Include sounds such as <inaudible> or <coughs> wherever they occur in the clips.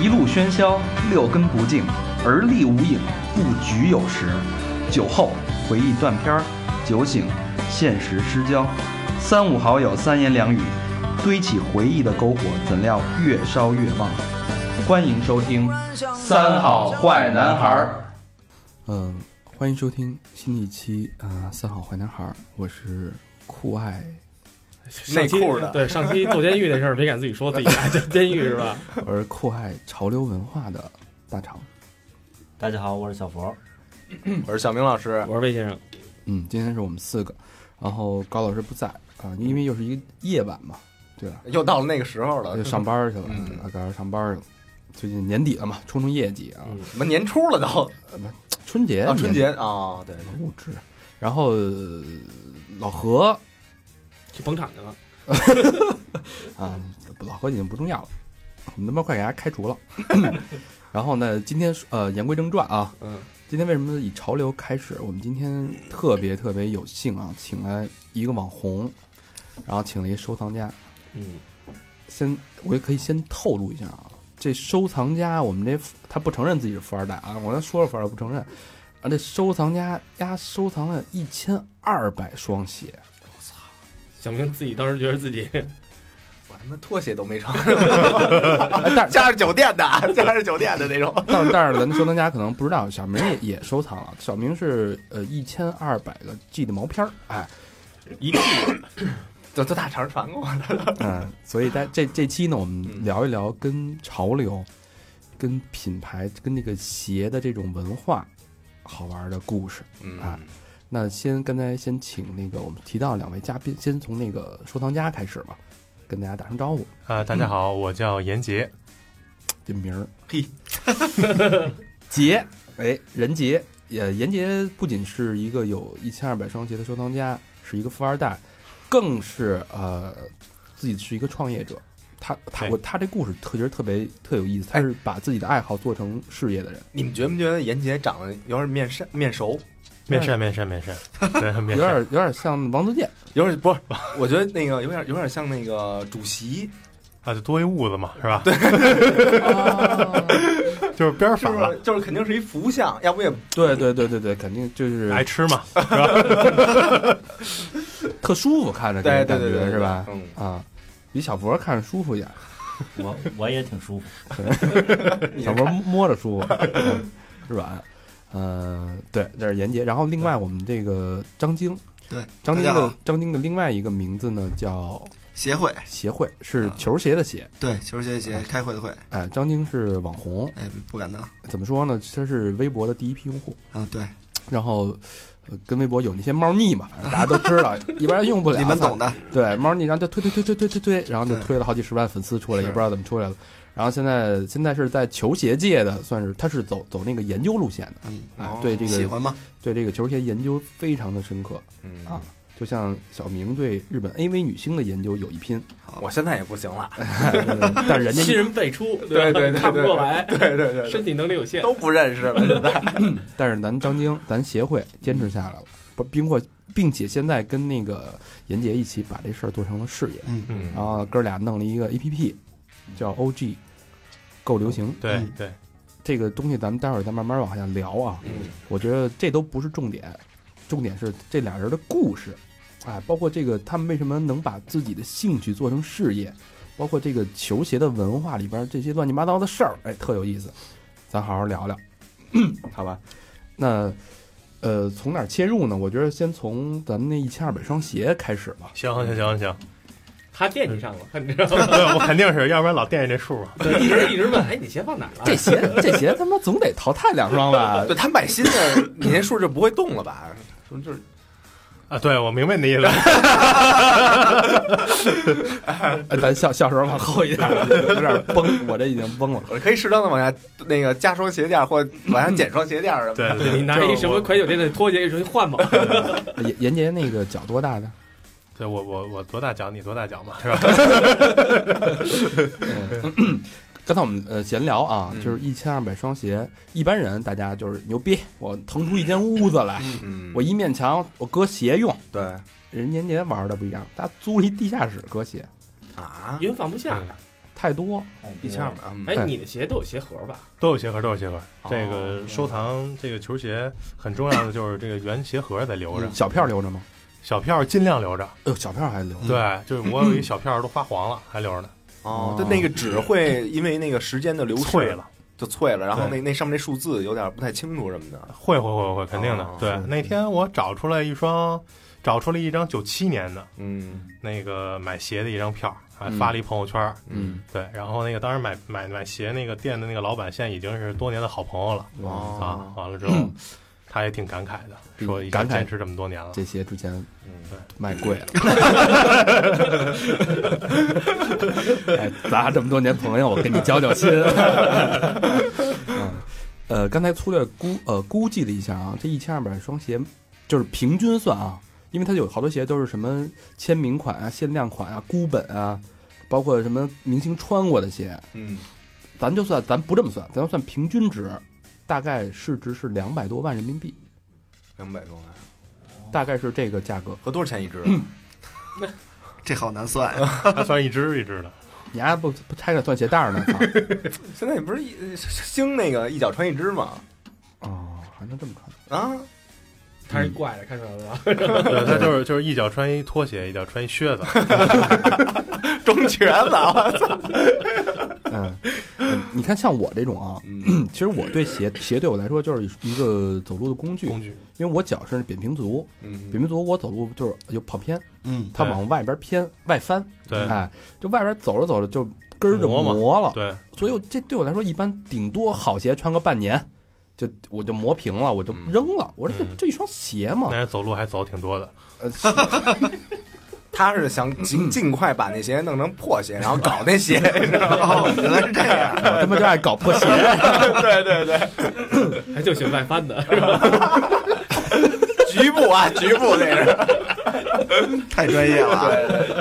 一路喧嚣，六根不净，而立无影，布局有时。酒后回忆断片儿，酒醒现实失焦。三五好友三言两语，堆起回忆的篝火，怎料越烧越旺。欢迎收听《三好坏男孩儿嗯，欢迎收听新的一期啊、呃三好坏男孩儿》，我是酷 <laughs> 爱， <laughs> 上期内裤的对，上期坐监狱那事儿没敢自己说自己爱进监狱是吧？我是酷爱潮流文化的大厂。大家好，我是小佛。我是小明老师，我是魏先生，嗯，今天是我们四个，然后高老师不在啊、因为又是一个夜晚嘛，对吧？又到了那个时候他了，就上班儿去了，嗯对吧高老师上班儿去了。最近年底了嘛，冲冲业绩啊，嗯什么年初了都春节啊，春节年啊，哦对，底物质。然后呃老何去捧场去了。啊，老何已经不重要了，我们他妈快给大家开除了。然后呢，今天呃，言归正传啊，嗯，今天为什么以潮流开始？我们今天特别特别有幸啊，请来一个网红，然后请了一收藏家。嗯，先，我也可以先透露一下啊，这收藏家，我们这他不承认自己是富二代啊，我跟他说了富二代不承认。啊，这收藏家丫收藏了一千二百双鞋，小明自己当时觉得自己我他妈拖鞋都没 <laughs> 穿，哎但是加上酒店的，啊加上酒店的那种，但是但是咱收藏家可能不知道，小明也也收藏了。小明是呃一千二百个 G 的毛片儿，哎， <laughs> 一地，就就大肠传过来，嗯，所以在这这期呢，我们嗯聊一聊跟潮流、跟品牌、跟那个鞋的这种文化好玩的故事。啊嗯，那先刚才先请那个我们提到两位嘉宾，先从那个收藏家开始吧，跟大家打声招呼。啊，大家好，我叫严嗯杰。这名儿，嘿，杰，哎，任杰，也严杰不仅是一个有一千二百双鞋的收藏家，是一个富二代，更是呃自己是一个创业者。他他对我他这故事特觉得特别特有意思，他是把自己的爱好做成事业的人，你们觉不觉得严杰长得有点面善面熟？面试，啊面试，面 <laughs> 试，对，面有试啊点有点像王自健，有点不是， <laughs> 我觉得那个有点有点像那个主席，啊，就多一痦子嘛，是 <laughs> 吧？对，就是边儿是反不了，是？就是肯定是一福相，要不也对对对对对，肯定就是爱吃嘛。特舒服，看着对这种对感对觉对是吧？嗯，啊，比小博看着舒服一点，我我也挺舒服， <laughs> 小波摸着舒服， <laughs> 嗯软。呃，对，这是严杰。然后另外我们这个张晶，对，张晶大家的好张晶的另外一个名字呢叫协会，协会，啊是球鞋的鞋。对，球鞋协开会的会，哎、张晶是网红，哎，不敢当怎么说呢？他是微博的第一批用户，啊，对，然后。呃跟微博有那些猫腻嘛，反正大家都知 <laughs> 道，一般人用不了。你们懂的，对，猫腻，然后就推推推推推推推，然后就对推了好几十万粉丝出来，是也不知道怎么出来了。然后现在现在是在球鞋界的，算是他是走走那个研究路线的，嗯，啊哦，对这喜个欢吗？对这个球鞋研究非常的深刻嗯啊，就像小明对日本 AV 女星的研究有一 <laughs> 拼，我现在也不行了，但人新家人辈出，对吧对对看不过对来，对对对对，身体能力有限。 <laughs> 都不认识了，现在但是咱张 <laughs> 晶咱协会坚持下来了，不并或并且现在跟那个严杰一起把这事儿做成了事业，嗯，嗯，然后哥俩弄了一个 APP 叫 OG，够流行。对嗯对，这个东西咱们待会儿再慢慢往下聊啊。嗯我觉得这都不是重点，重点是这俩人的故事，哎，包括这个他们为什么能把自己的兴趣做成事业，包括这个球鞋的文化里边这些乱七八糟的事儿，哎，特有意思，咱好好聊 <clears throat> 聊，好吧？那呃，从哪儿切入呢？我觉得先从咱们那一千二百双鞋开始吧。行行行行，他惦记上了，你知道吗？对我肯定是，要不然老惦记这数嘛。啊对，一直一直问，哎，你鞋放哪儿了？这鞋， <laughs> 这鞋他妈总得淘汰两双吧？对他买新的，你那数就不会动了吧？就是啊，对，我明白你的意思。 <laughs> 哎咱笑笑时候往后一点， <laughs> 有点崩，我这已经崩了。我呃可以适当的往下那个加双鞋垫儿，或往下减双鞋垫儿什么对的。对对 <laughs> 你拿一就是什么我快酒店的拖鞋，你说换吧。呃严严杰那个脚多大的？对我我我多大脚，你多大脚嘛，是吧？ <laughs> <laughs> 刚才我们呃闲聊啊，嗯就是一千二百双鞋，一般人大家就是牛逼，我腾出一间屋子来，嗯我一面墙我搁鞋用。对，人年年玩的不一样，他租了一地下室搁鞋，啊，因为放不下。太多，一千二百，嗯哎，对你的鞋都有鞋盒吧？都有鞋盒，都有鞋盒。哦这个收藏这个球鞋很重要的就是这个原鞋盒得留嗯着，小票留着吗？小票尽量留着。哎呦，小票还留，嗯对，就是我有一小票都发黄了，还留着呢，哦哦，但那个纸会因为那个时间的流逝脆了，就脆了，然后对那那上面那数字有点不太清楚什么的。会会会会，肯定的哦。对是，那天我找出来一双，找出了一张九七年的嗯那个买鞋的一张票，还嗯发了一朋友圈。嗯，对，然后那个当时买买买鞋那个店的那个老板，现在已经是多年的好朋友了、哇，嗯啊。完了之后，他也挺感慨的，说已经感慨坚持这么多年了。这鞋之前嗯卖贵了，哎，咱这么多年朋友，我跟你交交心。 <laughs> 嗯，呃，刚才粗略估呃估计了一下啊，这一千二百双鞋就是平均算啊，因为它有好多鞋都是什么签名款啊、限量款啊、孤本啊，包括什么明星穿过的鞋，嗯，咱就算咱不这么算，咱就算平均值，大概市值是两百多万人民币，两百多万，大概是这个价格。合多少钱一只？啊嗯 <laughs> 这好难算。啊他算一只一只 <laughs> 的，你还不不拆开算鞋 <laughs> 带儿呢？操！ <laughs> 现在不是一兴那个一脚穿一只吗？哦，还能这么 <laughs> 穿？啊，他是怪的，看出来了吧？对他就是就是一脚穿一拖鞋，一脚穿一靴 <laughs> 子，中全了，嗯，嗯你看像我这种啊，嗯其实我对鞋鞋对我来说就是一个走路的工具，工具因为我脚是扁平足，扁嗯平足我走路就是有跑偏，嗯，它对往外边偏外翻，对哎，就外边走着走着就根儿就磨嘛磨了，对，所以我这对我来说一般顶多好鞋穿个半年。就我就磨平了，我就嗯扔了。我说这嗯这一双鞋嘛那，人走路还走挺多的，呃，他是想尽尽快把那鞋弄成破鞋，然后搞那鞋，哦，原来是这样。我他妈就爱搞破鞋。对对对，嗯还就喜欢外翻的，是吧？局部啊，局部那是，太专业了，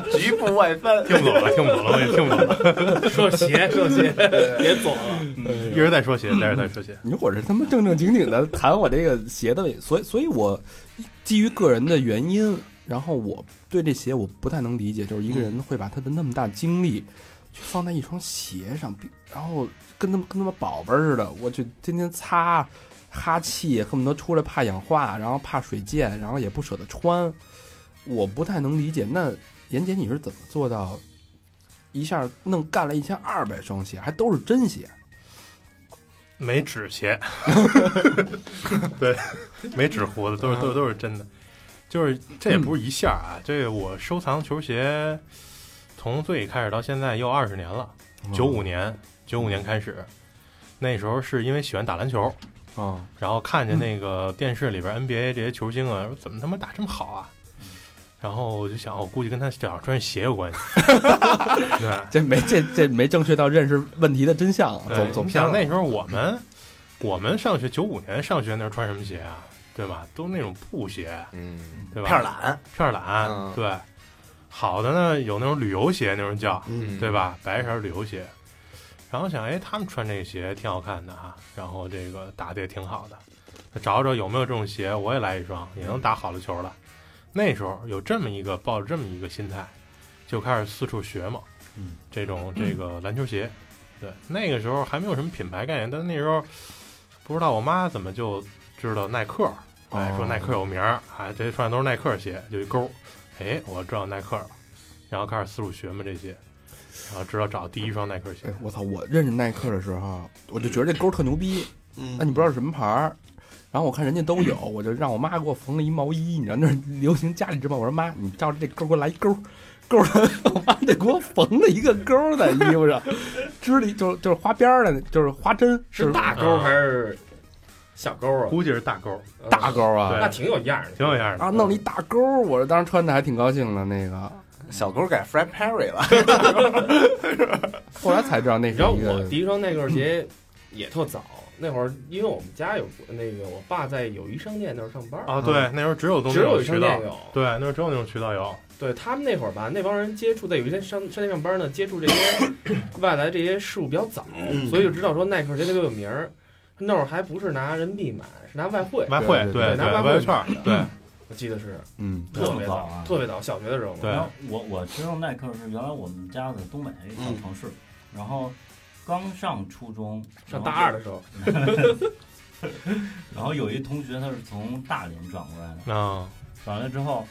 对对，局部外翻，听不懂了，听不懂 <laughs> <laughs> 了，我也听不懂了，说鞋，说鞋，别走了。一直在说鞋，一直在说鞋，你说我这他妈正正经经的谈我这个鞋的问题，所以所以我基于个人的原因，然后我对这鞋我不太能理解，就是一个人会把他的那么大精力去放在一双鞋上，比然后跟他们跟他们宝贝儿似的，我去天天擦哈气，恨不得出来怕氧化，然后怕水溅，然后也不舍得穿，我不太能理解。那严姐你是怎么做到一下弄干了一千二百双鞋，还都是真鞋？没纸鞋，对，没纸胡子，都是都都是真的，就是这也不是一下啊，这个我收藏球鞋，从最开始到现在又二十年了，九五年九五年开始，那时候是因为喜欢打篮球，啊，然后看见那个电视里边 NBA 这些球星啊，说怎么他妈打这么好啊？然后我就想，我估计跟他脚上穿鞋有关系。 <laughs> 对， <laughs> 这没这这没正确到认识问题的真相，啊对走走你偏想那了。时候我们我们上学九五年上学那时候穿什么鞋啊？对吧？都那种布鞋，嗯，对吧？片儿懒，片儿懒，嗯对。好的呢，有那种旅游鞋，那种叫，嗯对？吧？白色旅游鞋。然后想，哎，他们穿这个鞋挺好看的啊，然后这个打的也挺好的。找找有没有这种鞋，我也来一双，也能打好的球了。那时候有这么一个抱着这么一个心态，就开始四处学嘛，嗯，这种这个篮球鞋。对，那个时候还没有什么品牌概念，但那时候不知道我妈怎么就知道耐克，哎，说耐克有名儿，哎，这些穿的都是耐克鞋，就一勾，哎，我知道耐克了，然后开始四处学嘛这些，然后知道找第一双耐克鞋哎，我操！我认识耐克的时候，啊我就觉得这勾儿特牛逼，嗯，但你不知道是什么牌儿。然后我看人家都有，我就让我妈给我缝了一毛衣，你知道那是流行家里织嘛？我说妈，你照着这勾儿给我来一勾儿，勾儿， <laughs> 我妈得给我缝了一个勾儿在衣服上，织了一就是就是花边儿的，就是花针，是啊大钩还是小钩啊？估计是大勾，嗯大勾，儿啊对那挺有样儿的，挺有样的。啊，弄了一大勾儿，我当时穿的还挺高兴的那个。小狗改 Fred Perry 了，后来才知道那你是知道一我个第一双耐克鞋 <clears throat> 也特早，那会儿因为我们家有那个我爸在友谊商店那儿上班，啊，对，那时候只有东嗯只有友谊商渠店道，有。对，那时候只有那种渠道有，对他们那会儿吧，那帮人接触在友谊商商店上班呢，接触这些 <coughs> 外来这些事物比较早，嗯所以就知道说耐克鞋特别有名儿。那会儿还不是拿人民币买，是拿外汇。外汇，对对对拿对，外汇汇券儿，对，我记得是嗯，特别这么早啊特别早，小学的时候嘛。对然后我我知道耐克是原来我们家在东北一小城市，然后刚上初中，上大二的，的时候，然后有一同学他是从大连转过来的，啊，转来之后，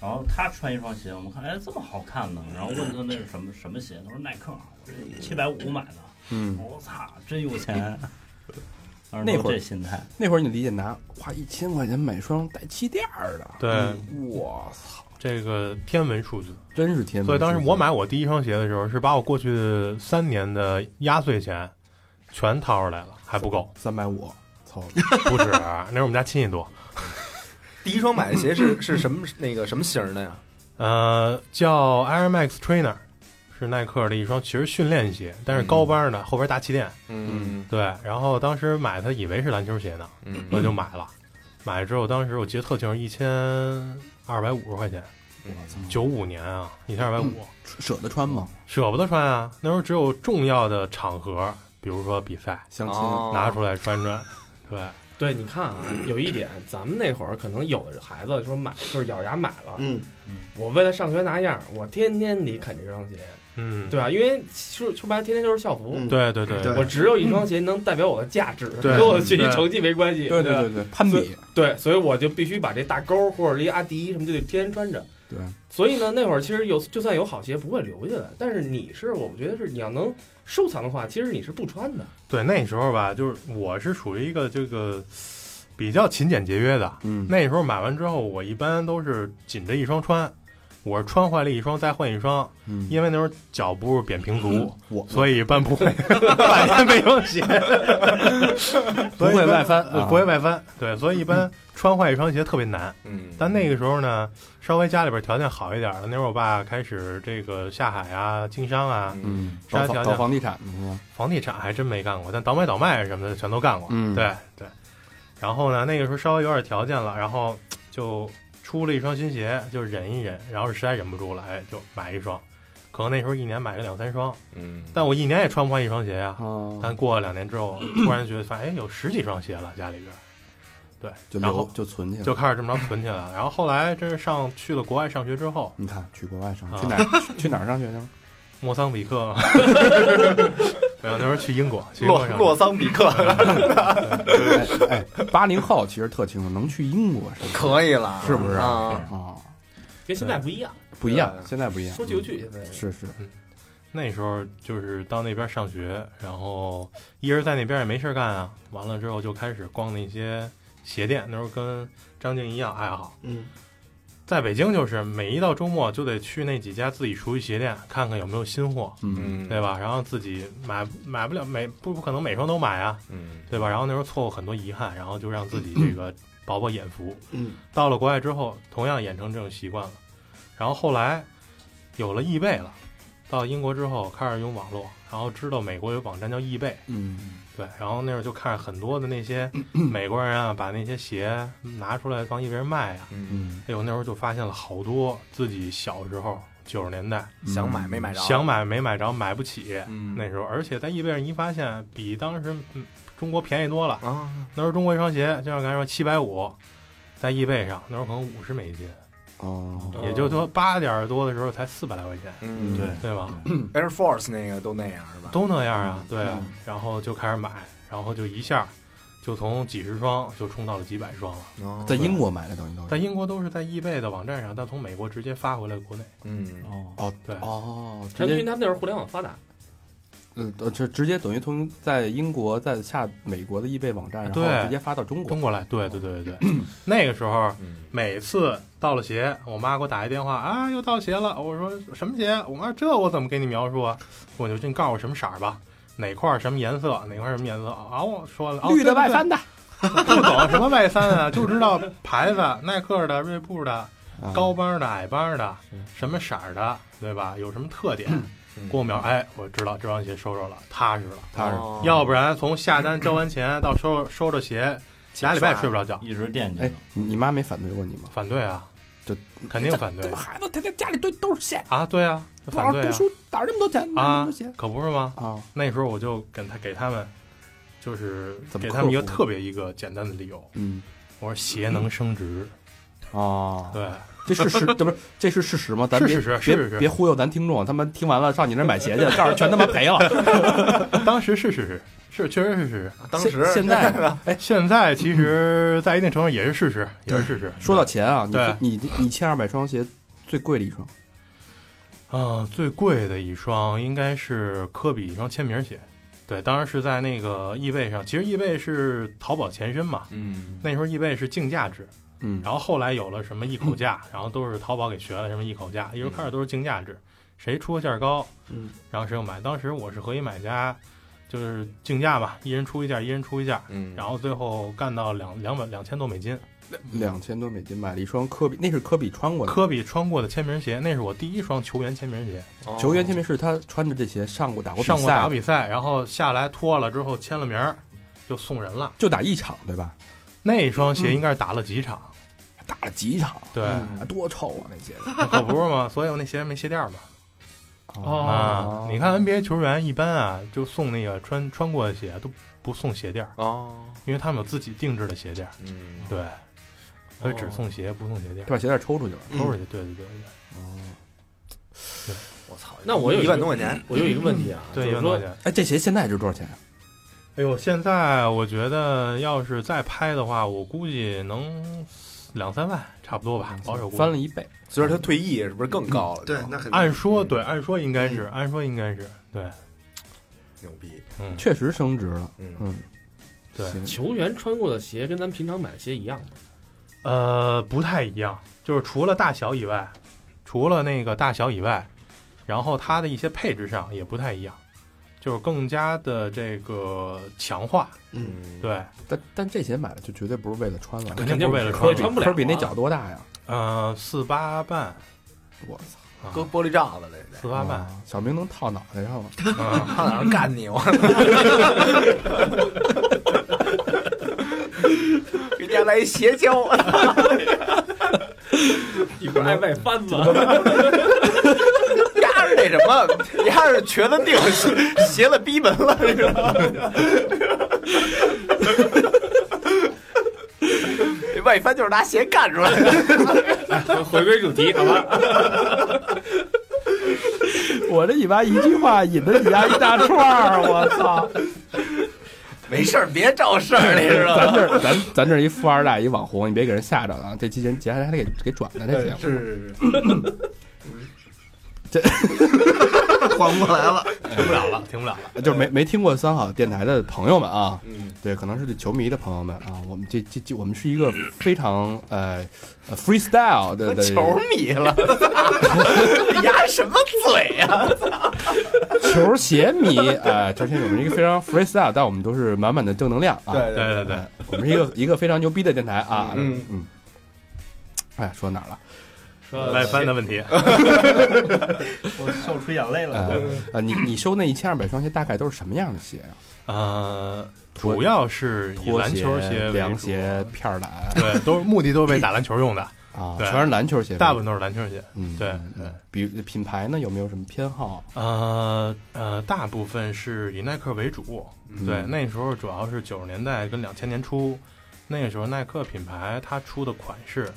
然后他穿一双鞋，我们看哎这么好看呢，然后问他那是什么什么鞋，他说耐克啊，我这七百五买的，嗯，我操，真有钱。当时那会儿都这心态，那会儿你理解拿花一千块钱买双带气垫儿的，对，我操，这个天文数字。真是天文。所以当时我，买我第一双鞋的时候，是把我过去三年的压岁钱全掏出来了，还不够，三百五，操，不止。啊那时候我们家亲戚多，第一双买的鞋是是什么那个什么型儿的呀？呃，叫 Air Max Trainer，是耐克的一双，其实训练鞋，但是高帮的，后边大气垫。嗯对，然后当时买它以为是篮球鞋呢，嗯我就买了。买了之后，当时我记得特清楚，一千二百五十块钱，嗯九五年啊，一千二百五，舍得穿吗？舍不得穿啊。那时候只有重要的场合，比如说比赛，相亲，哦拿出来穿穿。对，对，你看啊，有一点，咱们那会儿可能有的孩子说买就是咬牙买了，嗯，我为了上学那样，我天天得啃这双鞋，嗯，对吧？因为说说白了，天天就是校服，嗯对对对对我只有一双鞋能代表我的价值，对跟我的学习对成绩没关系，对对吧对对，攀比，对，所以我就必须把这大勾或者这阿迪什么就得天天穿着。对，所以呢，那会儿其实有就算有好鞋不会留下来，但是你是我觉得是你要能收藏的话，其实你是不穿的。对，那时候吧，就是我是属于一个这个比较勤俭节约的。嗯，那时候买完之后，我一般都是紧着一双穿，我是穿坏了一双再换一双，嗯因为那时候脚不是扁平足，我所以一般不会 <laughs> 半年没双鞋，不会外翻呃啊不会外翻。对，所以一般穿坏一双鞋特别难。嗯，但那个时候呢，稍微家里边条件好一点了，那会儿我爸开始这个下海啊、经商啊，嗯，稍搞微房调搞整房地产的是吧？房地产还真没干过，但倒买倒卖什么的全都干过。嗯对对。然后呢，那个时候稍微有点条件了，然后就出了一双新鞋，就忍一忍，然后实在忍不住了，哎，就买一双。可能那时候一年买个两三双，嗯，但我一年也穿不换一双鞋呀、啊，但过了两年之 <clears throat> 后，突然觉得发现，哎，有十几双鞋了，家里边就然留后就存起来，就开始这么着存起来了。然后后来真是上去了国外上学之后，你看去国外上啊去哪儿去哪儿上学去 <laughs> 了？莫桑比克， <laughs> 没有，那时候去英国，去英国洛上学洛桑比克哎，八零后其实特清楚，能去英国上学可以了，是不是啊？啊，跟现在不一样，不一样，对现在不一样，嗯说去就去，现在是是，那时候就是到那边上学，然后一人在那边也没事干啊。完了之后就开始逛那些鞋店，那时候跟张静一样爱好。嗯，在北京就是每一到周末就得去那几家自己熟悉鞋店看看有没有新货，嗯，嗯，对？吧？然后自己买买不了每不不可能每双都买啊，嗯，对吧？然后那时候错过很多遗憾，然后就让自 <clears throat> 己这个饱饱眼福。嗯，到了国外之后，同样养成这种习惯了。然后后来有了易贝了，到英国之后开始用网络，然后知道美国有网站叫易贝，嗯，对，然后那时候就看很多的那 <clears throat> 些美国人啊，把那些鞋拿出来放易贝上卖啊。嗯，哎呦，那时候就发现了好多自己小时候九十年代嗯想买没买着，想买没买着、买不起，嗯那时候，而且在易贝上一发现，比当时嗯中国便宜多了。啊，那时候中国一双鞋，就像刚才说七百五，在易贝上，那时候可能五十美金，哦，嗯也就多八点儿多的时候才四百来块钱，嗯，对对吧？ ，Air Force 那个都那样是吧？都那样啊，对啊。然后就开始买，然后就一下就从几十双就冲到了几百双了。哦在英，国买的等于都是在英国都是在易贝的网站上，但从美国直接发回来国内。嗯，哦，哦对哦，直他们因为接他们那会儿互联网发达，嗯，呃这直接等于从在英国在下美国的易贝网站，然对后直接发到中国中国来，对对对对对。 <clears throat> 那个时候嗯每次到了鞋，我妈给我打一电话啊，又到鞋了。我说什么鞋？我妈说这我怎么给你描述啊？我就你告诉我什么色儿吧，哪块儿什么颜色，哪块儿什么颜色啊？我说了，哦、绿的对外，翻的对对不懂什么外三 <laughs> 啊，就知道牌子，耐克的、锐步的、高帮的、矮帮的，什么色儿的，对吧？有什么特点？嗯给我描，哎，我知道这双鞋收着了，踏实了。他是哦要不然从下单交完钱到收收着鞋，俩礼拜也睡不着觉。一直惦记哎着。，你你妈没反对过你吗？反对啊，这肯定反对这孩子天天家里堆都是线，啊，对啊，不好反好对读啊书哪儿那么多钱？哪儿那啊么多钱，可不是吗？啊？那时候我就跟他给他们，就是怎么给他们一个克服特别一个简单的理由，嗯，我说鞋能升值，哦，对， <laughs> 这是事，这不是这是事实吗？咱别是事实别是事实别忽悠咱听众，他们听完了上你那儿买 <laughs> 鞋去，告诉全他妈赔了。当时是事实，是确实是事实。当现时现 <laughs> 在呢哎，现在其实，在一定程度上也是事实，也是事实。说到钱啊，对你你你千二百双鞋最贵的一双，啊，最贵的一双应该是科比一双签名鞋，对，当然是在那个易贝上。其实易贝是淘宝前身嘛，嗯，那时候易贝是竞价制，嗯，然后后来有了什么一口价，然后都是淘宝给学了什么一口价，一直开始都是竞价制，谁出个价高，嗯，然后谁就买。当时我是合一买家，就是竞价嘛，一人出一件，一人出一件，嗯，然后最后干到两两百两千多美金。两千多美金买了一双科比，那是科比穿过嗯的。科比穿过的签名鞋，那是我第一双球员签名鞋，哦球员签名是他穿着这鞋上过打过比上过打赛，比赛，然后下来脱了之后签了名儿，就送人了。就打一场对吧？那双嗯鞋应该是打了几场，打了几场，对，啊多臭啊那鞋！可不是嘛。所以我那鞋没鞋垫儿嘛。哦啊，你看 NBA 球员一般啊，就送那个穿穿过的鞋都不送鞋垫儿，哦，因为他们有自己定制的鞋垫儿，嗯，对，所以只送鞋不送鞋垫他儿，把鞋带抽出去了。都是对对对对。嗯我操，那我有一万一多块钱，我有一个问题啊，哦对，就是有说东，西。哎，这鞋现在值多少钱？啊哎呦，现在我觉得要是再拍的话，我估计能两三万差不多吧，保守估计。翻了一倍。随着他退役是不是更高了？嗯对，那肯定按说对，按说应该是，按说应该是对，牛逼，嗯，确实升值了。嗯，嗯，对行球员穿过的鞋跟咱平常买的鞋一样吗？呃，不太一样，就是除了大小以外，除了那个大小以外，然后它的一些配置上也不太一样，就是更加的这个强化，嗯，对，但但这鞋买了就绝对不是为了穿了。肯定不是为了我也穿穿了，不了啊。科比那脚多大呀？呃，四八半，我操！啊搁玻璃罩子里，四八半，啊小明能套脑袋上吗？啊他哪能干你我？给家来一邪教，一会儿爱卖翻子， <laughs> 压着那什么，压着瘸子腚，鞋鞋子逼门了，你知道吗？外翻就是拿鞋干出来的， <laughs> 回归主题，好吧？ <laughs> 我这你妈一句话引得你家一大串 <laughs> 儿，我操！没事儿，别找事儿，你啊知道咱吗？这咱咱这一富二代一网红，你别给人吓着了啊！这期人节还得给给转了这节目。是缓不过来了。停不了了，停不了了，就是没没听过三好电台的朋友们啊，嗯，对，可能是这球迷的朋友们啊，我们这这这，我们是一个非常呃呃 freestyle 的的球迷了，压什么嘴啊呀、球鞋迷啊，球鞋迷，我们是一个非常 freestyle，但我们都是满满的正能量啊，对对对，我们是一个一个非常牛逼的电台啊，嗯嗯，哎，说到哪儿了？ <laughs> 说外翻的问题，我笑出眼泪了。呃呃，你你收那一千二百双鞋大概都是什么样的鞋啊？呃，拖主要是以拖篮球鞋、为凉主啊鞋、<laughs> 片儿篮对，都是目的都是为打篮球用的，啊，对全是篮球鞋，大部分都是篮球鞋。嗯，对嗯对，比如品牌呢有没有什么偏好？呃呃，大部分是以耐克为主，对，嗯那时候主要是九十年代跟两千年初，那个时候耐克品牌它出的款式，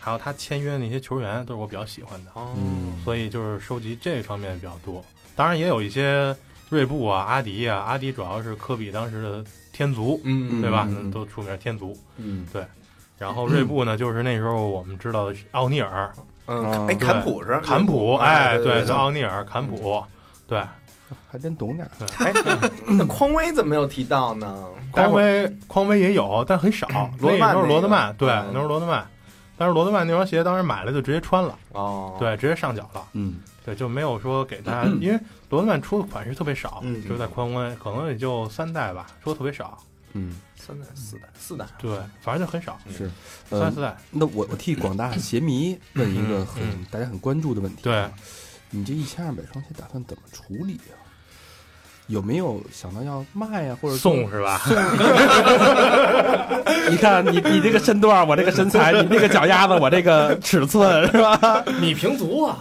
还有它签约的那些球员都是我比较喜欢的，嗯，所以就是收集这方面比较多。当然也有一些锐步啊、阿迪啊，阿迪主要是科比当时的天足，嗯对吧？嗯嗯都出名天足。嗯，然后锐步呢，就是那时候我们知道的奥尼尔、嗯，哎，坎普是吧坎普，哎，对对，叫奥尼尔、坎普，对。还真懂点儿。哎，那匡威怎么没有提到呢？匡威，匡威也有，但很少。罗德曼那都是罗德那曼，个对，嗯那是罗德曼。但是罗德曼那双鞋当时买了就直接穿了，哦，，对，直接上脚了，嗯，对，就没有说给他，因为罗德曼出的款式特别少，嗯就是在匡威可能也就三代吧，出的特别少，嗯，三代、四代、四代，对，反正就很少，是，三呃，四代，那我我替广大鞋迷问一个嗯很、嗯大家很关注的问题，对，你这一千二百双鞋打算怎么处理啊？有没有想到要卖啊，或者说送？是吧？你看你你这个身段，我这个身材，你那个脚丫子，我这个尺寸，是吧？你平足啊，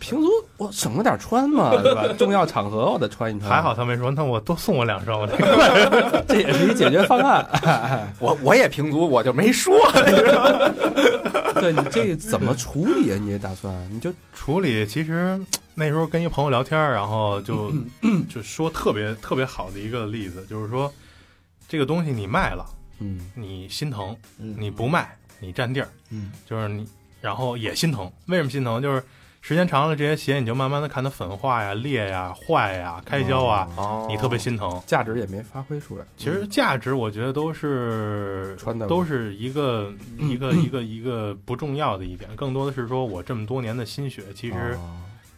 平足我省着点穿嘛，对吧？重要场合我得穿一穿。还好，他没说，那我多送我两双，我这个 <laughs> 这也是一解决方案。 <laughs> 我我也平足，我就没说。 <laughs> 对 <laughs> 你这怎么处理啊？你这打算你就处理其实那时候跟一朋友聊天儿，然后就就说特别特别好的一个例子，就是说这个东西你卖了，嗯你心疼；嗯你不卖，你占地儿，嗯，就是你，然后也心疼。为什么心疼？就是时间长了，这些鞋你就慢慢的看它粉化呀、裂呀、坏呀、开胶啊，哦你特别心疼。价值也没发挥出来。其实价值我觉得都是穿的都是一个一个一个一个不重要的一点，更多的是说我这么多年的心血其实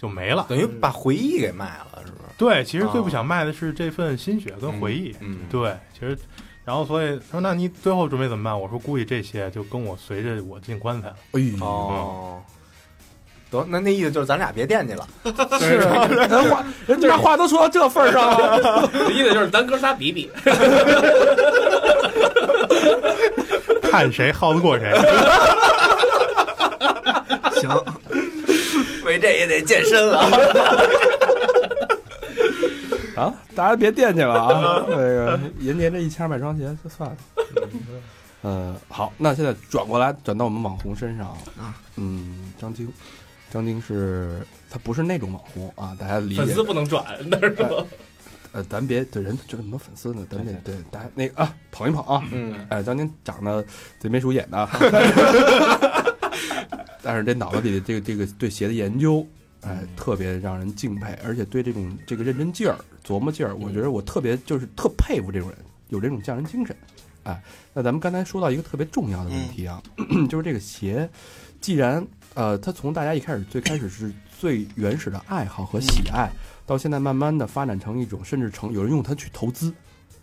就没了。等于把回忆给卖了，是不是？对，其实最不想卖的是这份心血跟回忆。嗯，对，其实，然后所以说，那你最后准备怎么办？我说估计这些就跟我随着我进棺材了。 <laughs> 哎呦，哦，得，那那意思就是咱俩别惦记了。 <laughs> 是啊人话人家话都说到这份儿上了，意思就是咱哥仨比比，看谁耗得过谁。行，为这也得健身了。啊，大家别惦记了啊，那个人年这一千二百双鞋就算了。呃，好，那现在转过来转到我们网红身上啊，嗯，张晶，张晶是他不是那种网红啊，大家理粉解丝。不能转， <laughs> 那是吧？呃，咱别对人这什么粉丝呢，咱得对大家那个啊捧一捧啊。嗯，哎，张晶长得贼眉鼠眼的，但是这脑子里的这个这个对鞋的研究，哎，特别让人敬佩，而且对这种这个认真劲儿、琢磨劲儿，我觉得我特别就是特佩服这种人，有这种匠人精神。哎，那咱们刚才说到一个特别重要的问题啊， <clears throat> 就是这个鞋，既然呃，它从大家一开始最开始是最原始的爱好和喜爱，到现在慢慢的发展成一种，甚至成有人用它去投资。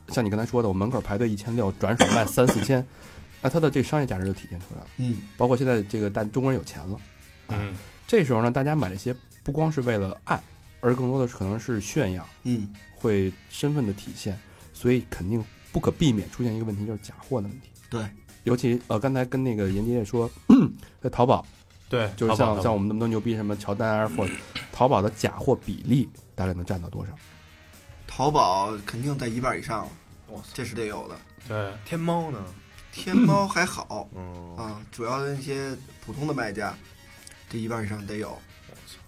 像你刚才说的，我门口排队一千六，转手卖三四千，那它的这商业价值就体现出来了。嗯，包括现在这个，但中国人有钱了，嗯，这时候呢，大家买这些不光是为了爱，而更多的是可能是炫耀，嗯，会身份的体现，所以肯定不可避免出现一个问题，就是假货的问题。对，尤其呃，刚才跟那个严杰也说，在淘宝，对，就是淘宝像像我们那么多牛逼什么乔丹、Air Force，淘宝的假货比例大概能占到多少？ <laughs> 淘宝肯定在一半以上了哇塞，这是得有的。对，天猫呢？天猫还好嗯，啊，主要的那些普通的卖家，这一半以上得有。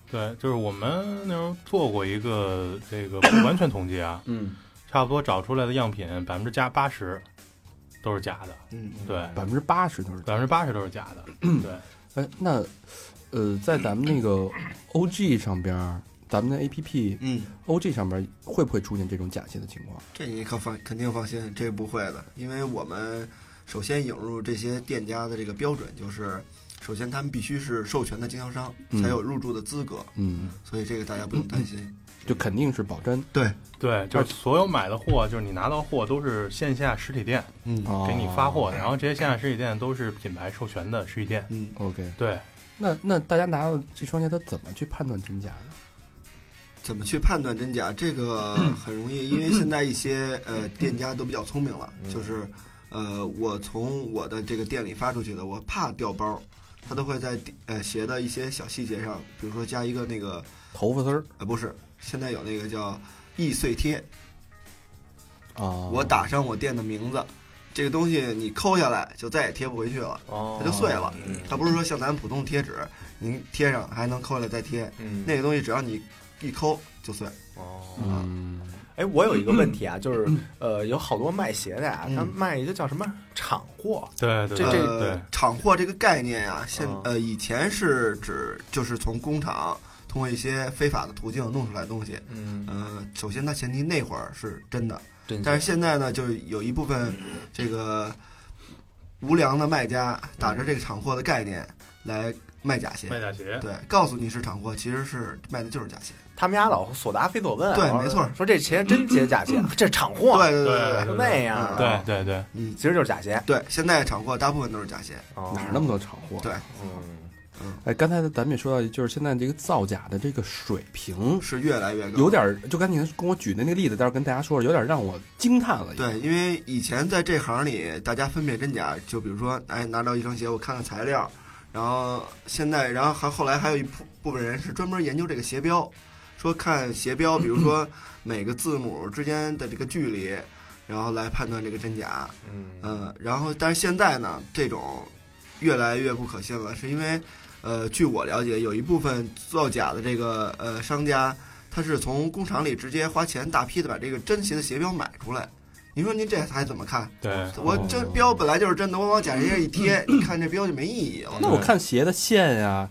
对，就是我们那时候做过一个这 <coughs> 个不完全统计啊，嗯，差不多找出来的样品百分之加八十都是假的，嗯，对，百分之八十都是。百分之八十都是假的，对， <coughs> 哎，那呃，在咱们那个 OG 上边儿，咱们的 APP 嗯， OG 上边儿会不会出现这种假鞋的情况？这你可放肯定放心，这不会的，因为我们首先引入这些店家的这个标准就是，首先他们必须是授权的经销商嗯才有入驻的资格，嗯，所以这个大家不用担嗯心。就肯定是保真。对，就是所有买的货，就是你拿到货都是线下实体店嗯哦给你发货的，然后这些线下实体店都是品牌授权的实体店，嗯， OK，对，那那大家拿到这双鞋，他怎么去判断真假呢？怎么去判断真假？这个很容易，因为现在一些呃店家都比较聪明了，就是呃我从我的这个店里发出去的，我怕掉包，他都会在呃鞋的一些小细节上，比如说加一个那个头发丝儿呃不是，现在有那个叫易碎贴，啊，我打上我店的名字，这个东西你抠下来就再也贴不回去了，哦它就碎了。它不是说像咱普通贴纸，您贴上还能抠下来再贴，嗯，那个东西只要你一抠就碎。哦。嗯，哎，我有一个问题啊，就是呃，有好多卖鞋的呀，嗯他卖一个叫什么厂货，对对这对这对呃，厂货这个概念啊，现嗯呃以前是指就是从工厂通过一些非法的途径弄出来的东西。嗯，呃，首先它前提那会儿是真的，真但是现在呢，就是有一部分这个无良的卖家打着这个厂货的概念来卖假鞋卖，假鞋，对，告诉你是厂货，其实是卖的就是假鞋。他们家老所答非所问啊，对老是没错说这鞋真鞋假 <laughs> 鞋，这厂货，对对对对就对，那样啊，对对对，嗯，其实就是假鞋，对，现在厂货大部分都是假鞋，哪儿那么多厂货？对，哦嗯，哎，刚才咱们也说到，就是现在这个造假的这个水平，是越来越高，有点儿就刚才您跟我举的那个例子，待会儿跟大家说说，有点儿让我惊叹了。，对，因为以前在这行里，大家分辨真假，就比如说，哎，拿到一双鞋，我看看材料，然后现在，然后还后来还有一部部分人是专门研究这个鞋标，说看鞋标，比如说每个字母之间的这个距离，然后来判断这个真假。嗯嗯，然后但是现在呢，这种越来越不可信了，是因为呃，据我了解，有一部分造假的这个呃商家，他是从工厂里直接花钱大批的把这个真鞋的鞋标买出来。您说您这还怎么看？对，我这标本来就是真的，我往假鞋上一 <clears throat> 贴，你看这标就没意义了。那我看鞋的线呀、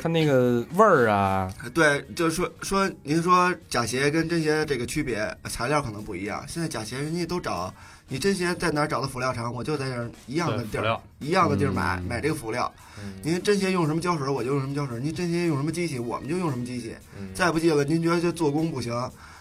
看那个味儿啊，对，就是说说您说假鞋跟真鞋这个区别，材料可能不一样。现在假鞋人家都找你真鞋在哪儿找的辅料厂，我就嗯在这儿一样的对地辅儿料，一样的地儿买嗯买这个辅料。嗯您真鞋用什么胶水，我就用什么胶水；您真鞋用什么机器，我们就用什么机器。嗯再不济了，您觉得这做工不行，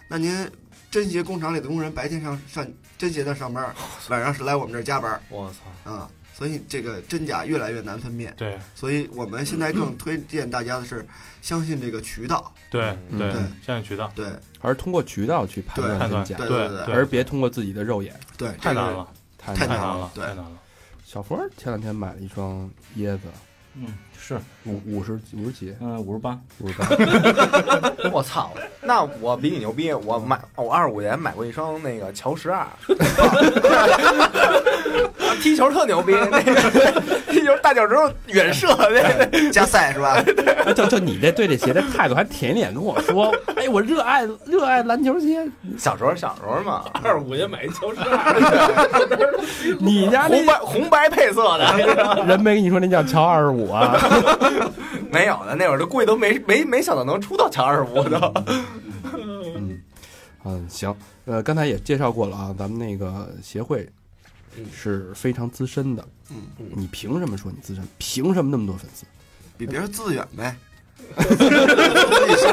那您真鞋工厂里的工人白天上上真鞋那上班，哦晚上是来我们这儿加班我操，啊、所以这个真假越来越难分辨。对所以我们现在更推荐大家的是相信这个渠道，对嗯对对，现在渠道对还是通过渠道去判对断判断真假，对对对，而别通过自己的肉眼。对，太难这个。了，太太太难难了了，对太难了。小佛儿前两天买了一双椰子，嗯，是，五五十五十几，嗯，五十八，五十八，我操！那我比你牛逼，我买我二十五年买过一双那个乔十二， <laughs> 踢球特牛逼，那个踢球大脚趾头远射，那个加赛是吧？ <laughs> 哎就就你这对这鞋的态度，还舔脸跟我说，哎，我热爱热爱篮球鞋，小时候小时候嘛，二十五年买一乔十二，你家那红白红白配色的人没跟你说那叫乔二十五啊？ <laughs> 没有的，那会儿都估计都没没没想到能出到乔二十五都。嗯，嗯，行，呃，刚才也介绍过了啊，咱们那个协会嗯是非常资深的，嗯，你凭什么说你资深？凭什么那么多粉丝？比别人自远呗，自己深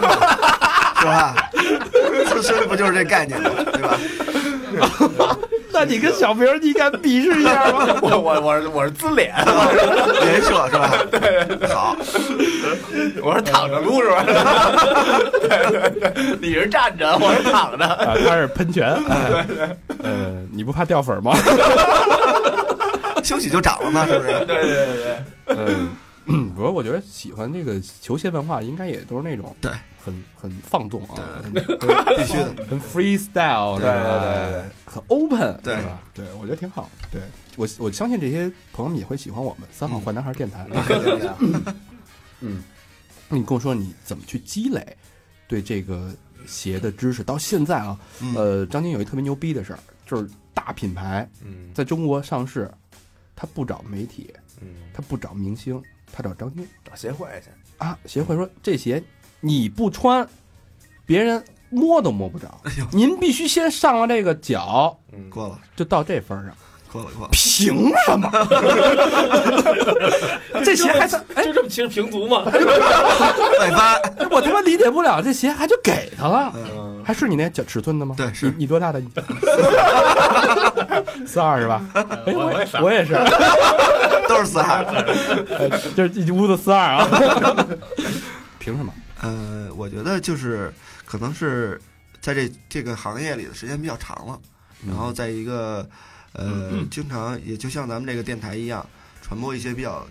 吧，是吧？自身不就是这概念吗？对吧？那你跟小明，你敢鄙视一下吗？我我我是我是自脸，人设是吧？对，好，我是躺着撸是吧？ <laughs> 对对对，你是站着，我是躺着。啊，他是喷泉，哎呃，你不怕掉粉吗？兴许就涨了嘛，是不是？对对对对，嗯，不过我觉得喜欢这个球鞋文化，应该也都是那种对，很很放纵啊，必须的。很 freestyle，对是吧对对对，很 open，对是吧？对我觉得挺好，对我我相信这些朋友们也会喜欢我们三好坏男孩电台。嗯，你跟我说你怎么去积累对这个鞋的知识？到现在啊，嗯，呃，张晶有一特别牛逼的事儿，就是大品牌嗯在中国上市，他不找媒体，嗯，他不找明星，他找张晶找协会去。啊。协会说这鞋你不穿，别人摸都摸不着呦，您必须先上了这个脚，嗯，过了，就到这份儿上。过了，过了。凭什么？ <laughs> 这鞋还算哎， <laughs> 就这么其实平足嘛，外翻，我他妈理解不了，这鞋还就给他了，嗯，还是你那脚尺寸的吗？对是你你多大的？四二是吧？哎，我我我也也是我也是，都是四海。呃 <laughs> 就是一屋子四二啊。 <laughs> 凭什么？呃，我觉得就是可能是在这这个行业里的时间比较长了，然嗯后在一个呃，经常也就像咱们这个电台一样，传播一些比较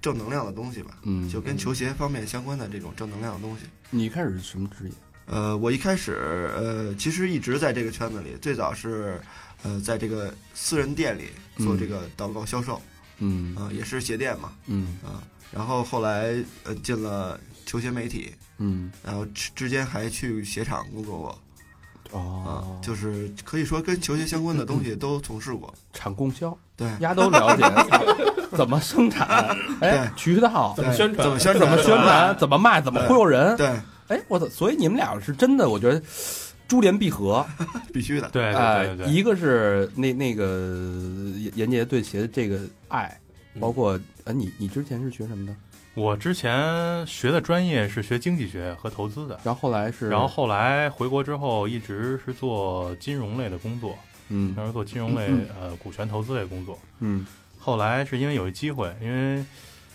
正能量的东西吧，嗯，就跟球鞋方面相关的这种正能量的东西。你一开始是什么职业？呃，我一开始呃，其实一直在这个圈子里，最早是呃，在这个私人店里做这个导购销售，嗯啊、也是鞋店嘛，嗯啊、然后后来呃进了球鞋媒体，嗯然后之之间还去鞋厂工作过，啊、哦，就是可以说跟球鞋相关的东西都从事过，产供销，对。丫都了解， <laughs> 怎么生产？哎，渠道怎么宣传怎么宣怎传？么宣传？怎么卖？怎么忽悠人？对，哎，我操！所以你们俩是真的，我觉得珠联璧合。必须的。对哎对对，对，一个是那那个严严杰对鞋的这个爱，嗯包括呃，你你之前是学什么的？我之前学的专业是学经济学和投资的，然后后来是，然后后来回国之后一直是做金融类的工作，嗯当时做金融类呃股权投资类工作。嗯后来是因为有一机会，因为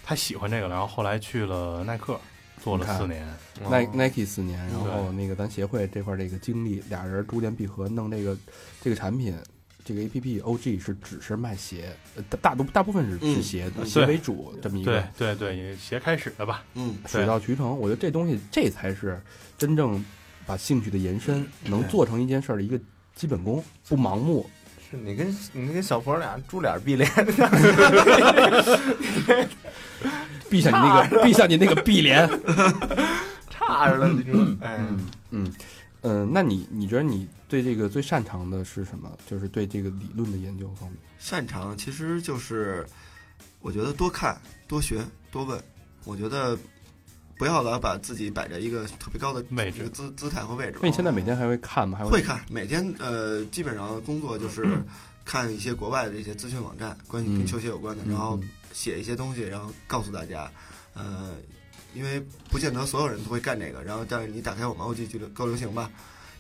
他喜欢这个，然后后来去了耐克，做了你看四年。 ，Nike Nike 四年，然后那个咱协会这块儿这个经历，俩人珠联璧合弄这个这个产品，这个 A P P O G 是只是卖鞋，呃大大多大部分是嗯是鞋嗯鞋对为主这么一对个对对，也鞋开始了吧？嗯，水到渠成。我觉得这东西这才是真正把兴趣的延伸，能对做成一件事儿的一个基本功，不盲目。是你跟你跟小佛俩猪脸 <laughs> 闭脸，闭上你那个，闭上你那个碧莲。差着了，你说，哎，嗯、那你你觉得你对这个最擅长的是什么？就是对这个理论的研究方哦面。擅长其实就是，我觉得多看、多学、多问。我觉得不要老把自己摆在一个特别高的位这置个姿姿态和位置吧。那你现在每天还会看吗？还会看每天呃，基本上工作就是 <clears throat> 看一些国外的这些资讯网站，关于嗯跟球鞋有关的，然后嗯写一些东西，然后告诉大家，呃，因为不见得所有人都会干这个，然后但是你打开我们 OG 俱乐高流行吧，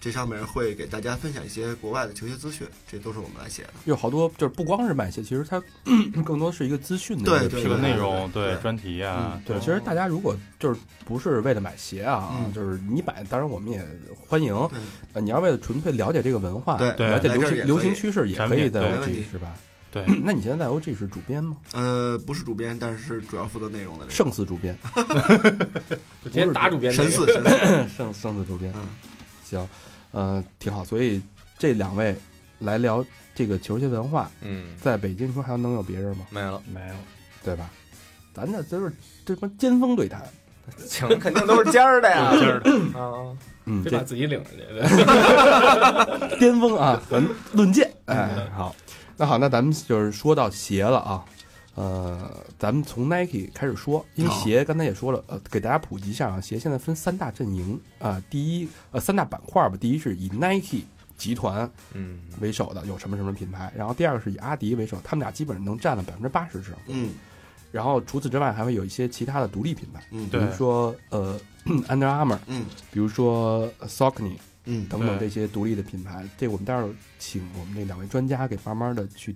这上面会给大家分享一些国外的球鞋资讯，这都是我们来写的。有好多就是不光是买鞋，其实它 <clears throat> 更多是一个资讯的一个对这个平内台。容对对对专题啊，对，嗯其实大家如果就是不是为了买鞋啊，嗯就是你买，当然我们也欢迎。对呃，你要为了纯粹了解这个文化，对对了解来流这儿也可行以流行趋势也产可以品在对没问 OG 题是吧？对那你现在在 OG 是主编吗？呃，不是主编，但是主要负责内容的这个胜似主编，就直接打主编哎那个神似神似，胜胜似主编。嗯，行，呃，挺好。所以这两位来聊这个球鞋文化，嗯，在北京，你说还能有别人吗？没了，没有，对吧？咱这都是这帮尖峰对谈，请 <laughs> 肯定都是 <laughs> 尖儿的呀，尖儿的啊，嗯，别这把自己领上去。巅峰啊，咱论剑。哎，好，那好，那咱们就是说到鞋了啊，呃，咱们从 Nike 开始说，因为好鞋刚才也说了，呃，给大家普及一下啊，鞋现在分三大阵营啊、第一呃三大板块吧，第一是以 Nike 集团嗯，为首的有什么什么品牌，然后第二个是以阿迪为首，他们俩基本上能占了百分之八十市场，嗯然后除此之外还会有一些其他的独立品牌，嗯比对如说呃 <clears throat> Under Armour，嗯比如说 Saucony，嗯等等这对些独立的品牌，这我们待会儿请我们这两位专家给慢慢的去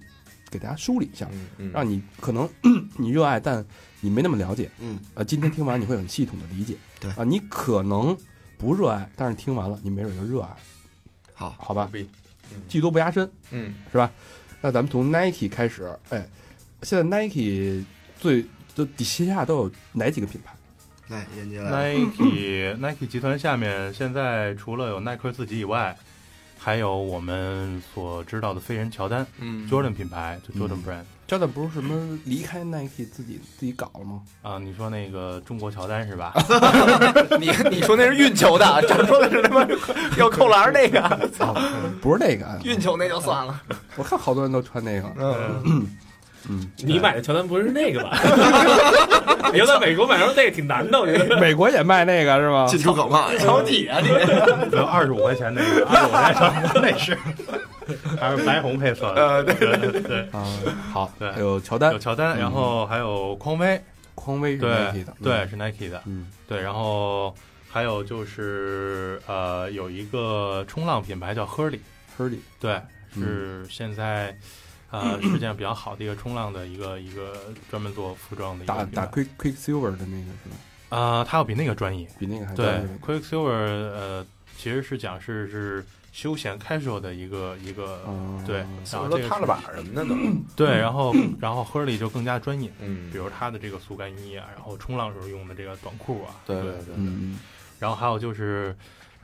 给大家梳理一下，嗯嗯让你可能 <clears throat> 你热爱，但你没那么了解。嗯，呃，今天听完你会很系统的理解。对啊，你可能不热爱，但是听完了你没准就热爱，好，好吧？逼，技多不压身，嗯，是吧？那咱们从 Nike 开始，哎，现在 Nike 最就底下都有哪几个品牌？来，严杰来， Nike Nike 集团下面现在除了有耐克自己以外，还有我们所知道的飞人乔丹嗯 Jordan 品牌，就 Jordan 嗯 brand 焦点不是什么离开 Nike 自己自己搞了吗？啊，你说那个中国乔丹是吧？ <laughs> 你你说那是运球的，咱说的是他妈要扣篮儿那个，啊，不是那个 <laughs> 啊，运球那就算了，我看好多人都穿那个。嗯，嗯，你买的乔丹不是那个吧？ <laughs> 你要在美国买着那个挺难的，我觉得。美国也卖那个是吗？进出口嘛，瞧你啊你，没有二十五块钱那个，二十五块钱那是，还是白红配色的。呃，对，对对，啊，好，对还有乔丹有、乔丹，然后还有匡威，匡威是对 Nike 的，对，是 Nike 的，嗯，对，然后还有就是呃，有一个冲浪品牌叫 Hurley， ，Hurley，对，是现在呃世界上比较好的一个冲浪的一个一个专门做服装的一个打品牌打 Quick Quick Silver 的那个是吧？啊，它要比那个专业。比那个还对专业，Quicksilver 呃，其实是讲是是休闲 casual 的一个一个。啊，对， <laughs> 然后这说都个是踏了板什么的都，对，然后然后 Hurley 就更加专业，嗯比如它的这个速干衣啊，然后冲浪时候用的这个短裤啊，对对对对嗯，然后还有就是，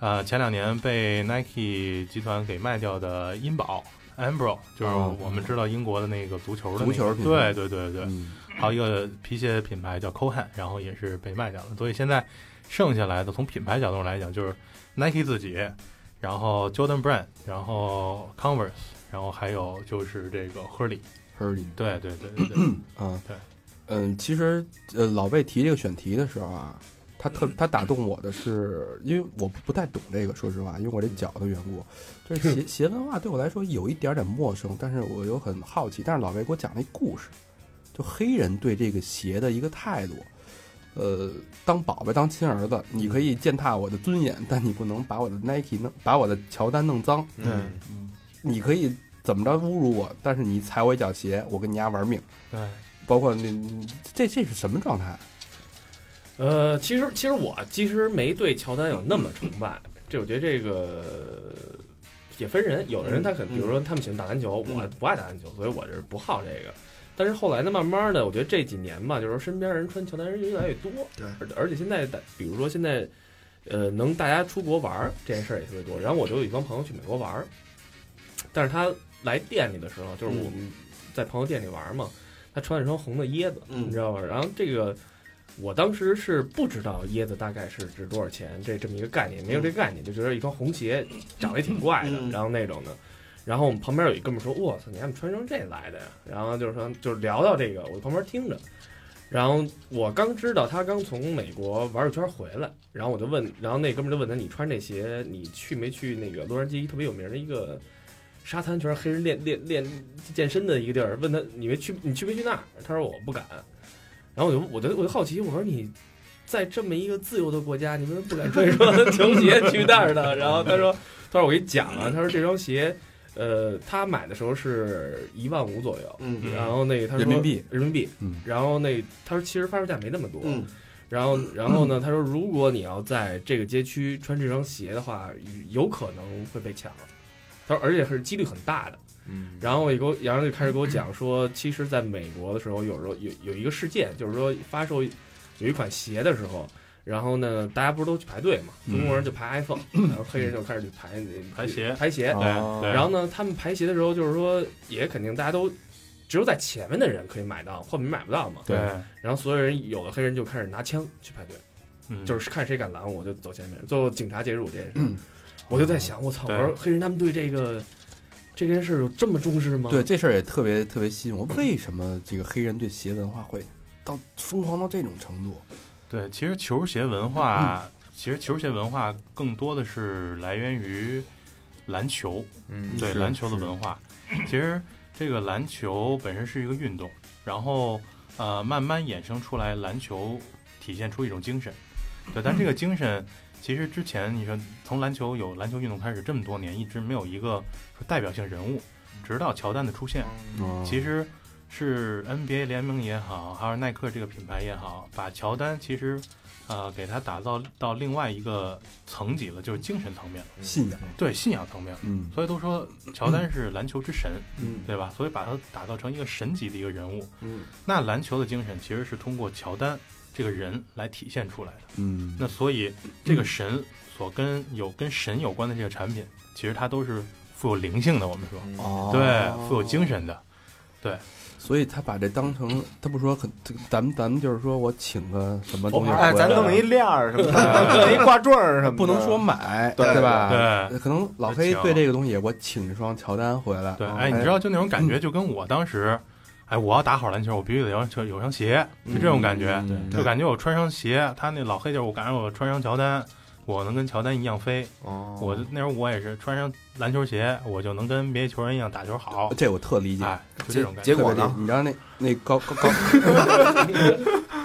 呃，前两年被 Nike 集团给卖掉的茵宝 Ambro，就是哦我们知道英国的那个足球的、那个、足球品牌对对对对，嗯还有一个皮鞋品牌叫 Cohan，然后也是被卖掉了。所以现在剩下来的，从品牌角度来讲，就是 Nike 自己，然后 Jordan Brand，然后 Converse，然后还有就是这个 Hurley。 ，Hurley，对对对对 <clears throat> 对，啊，对，嗯，其实呃，老魏提这个选题的时候啊。他特他打动我的是，因为我不太懂这个，说实话，因为我这脚的缘故，就是鞋鞋文化对我来说有一点点陌生，但是我又很好奇。但是老魏给我讲了一故事，就黑人对这个鞋的一个态度，呃，当宝贝当亲儿子，你可以践踏我的尊严，但你不能把我的 Nike 弄把我的乔丹弄脏，嗯你可以怎么着侮辱我，但是你踩我一脚鞋，我跟你丫玩命。对，包括那这这是什么状态？呃，其实其实我其实没对乔丹有那么崇拜，这我觉得这个也分人，有的人他可能，嗯比如说他们喜欢打篮球，我不爱打篮球，所以我就是不好这个。但是后来呢，慢慢的，我觉得这几年吧，就是说身边人穿乔丹人越来越多，对而而且现在大，比如说现在，呃，能大家出国玩儿这件事儿也特别多。然后我就有一帮朋友去美国玩儿，但是他来店里的时候，就是我们在朋友店里玩儿嘛，他穿了一双红的椰子，嗯你知道吧？然后这个我当时是不知道椰子大概是值多少钱，这这么一个概念，没有这概念，就觉得一双红鞋长得也挺怪的，嗯然后那种的。然后我们旁边有一哥们说：“我操，你还穿成这来的呀？”然后就是说，就是聊到这个，我旁边听着。然后我刚知道他刚从美国玩一圈回来，然后我就问，然后那哥们儿就问他：“你穿这鞋，你去没去那个洛杉矶特别有名的一个沙滩，全是黑人练练练健身的一个地儿？”问他：“你没去？你去没去那儿？”他说：“我不敢。”然后我就我就我就好奇，我说你在这么一个自由的国家，你为什么不敢穿一双 <laughs> 球鞋去那儿呢？然后他说，他说我给你讲啊，他说这双鞋，呃，他买的时候是一万五左右，嗯然后那个他说人民币，人民币，嗯然后那他说其实发售价没那么多，嗯然后然后呢，他说如果你要在这个街区穿这双鞋的话，有可能会被抢，他说而且是几率很大的。嗯，然后我也给我，然后就开始给我讲说，其实在美国的时候，有时候有有一个事件，就是说发售有一款鞋的时候，然后呢，大家不是都去排队嘛，中国人就排 iPhone，、然后黑人就开始去排排鞋排鞋。哦对对，然后呢，他们排鞋的时候，就是说也肯定大家都只有在前面的人可以买到，后面买不到嘛。对对，然后所有人有的黑人就开始拿枪去排队，嗯就是看谁敢拦我，我就走前面。最后警察介入这件事，嗯我就在想，我操，我对说黑人他们对这个这件事有这么重嗯视吗？对，这事儿也特别特别吸引我。为什么这个黑人对鞋文化会到疯狂到这种程度？对，其实球鞋文化，其实球鞋文化更多的是来源于篮球，嗯对是篮球的是文化。其实这个篮球本身是一个运动，然后呃慢慢衍生出来，篮球体现出一种精神。对，但这个精神其实之前你说从篮球有篮球运动开始这么多年，一直没有一个说代表性人物，直到乔丹的出现，嗯嗯其实是 NBA 联盟也好，还有耐克这个品牌也好，把乔丹其实呃给他打造到另外一个层级了，就是精神层面了，信仰，对信仰层面了。嗯，所以都说乔丹是篮球之神，嗯对吧？所以把他打造成一个神级的一个人物。嗯那篮球的精神其实是通过乔丹这个人来体现出来的。嗯，那所以这个神所跟有跟神有关的这个产品，其实它都是富有灵性的。我们说，哦，对，富有精神的。所以他把这当成，他不说很，这个咱们咱们就是说我请个什么东西回来，哎，咱弄一链儿什么的，咱弄一挂坠儿什么的，嗯不能说买，对吧？对可能老黑对这个东西，我请一双乔丹回来。对，哦哎，你知道就那种感觉，就跟我当时，哎，我要打好篮球，我必须得有双有双鞋，就这种感觉。对，就感觉我穿上鞋，他那老黑就是我感觉我穿上乔丹，我能跟乔丹一样飞。哦我那时候我也是穿上篮球鞋，我就能跟别的球员一样打球好。这我特理解。哎，就这结种感觉。结特别果理解呢？你知道那那高高 <laughs> 高，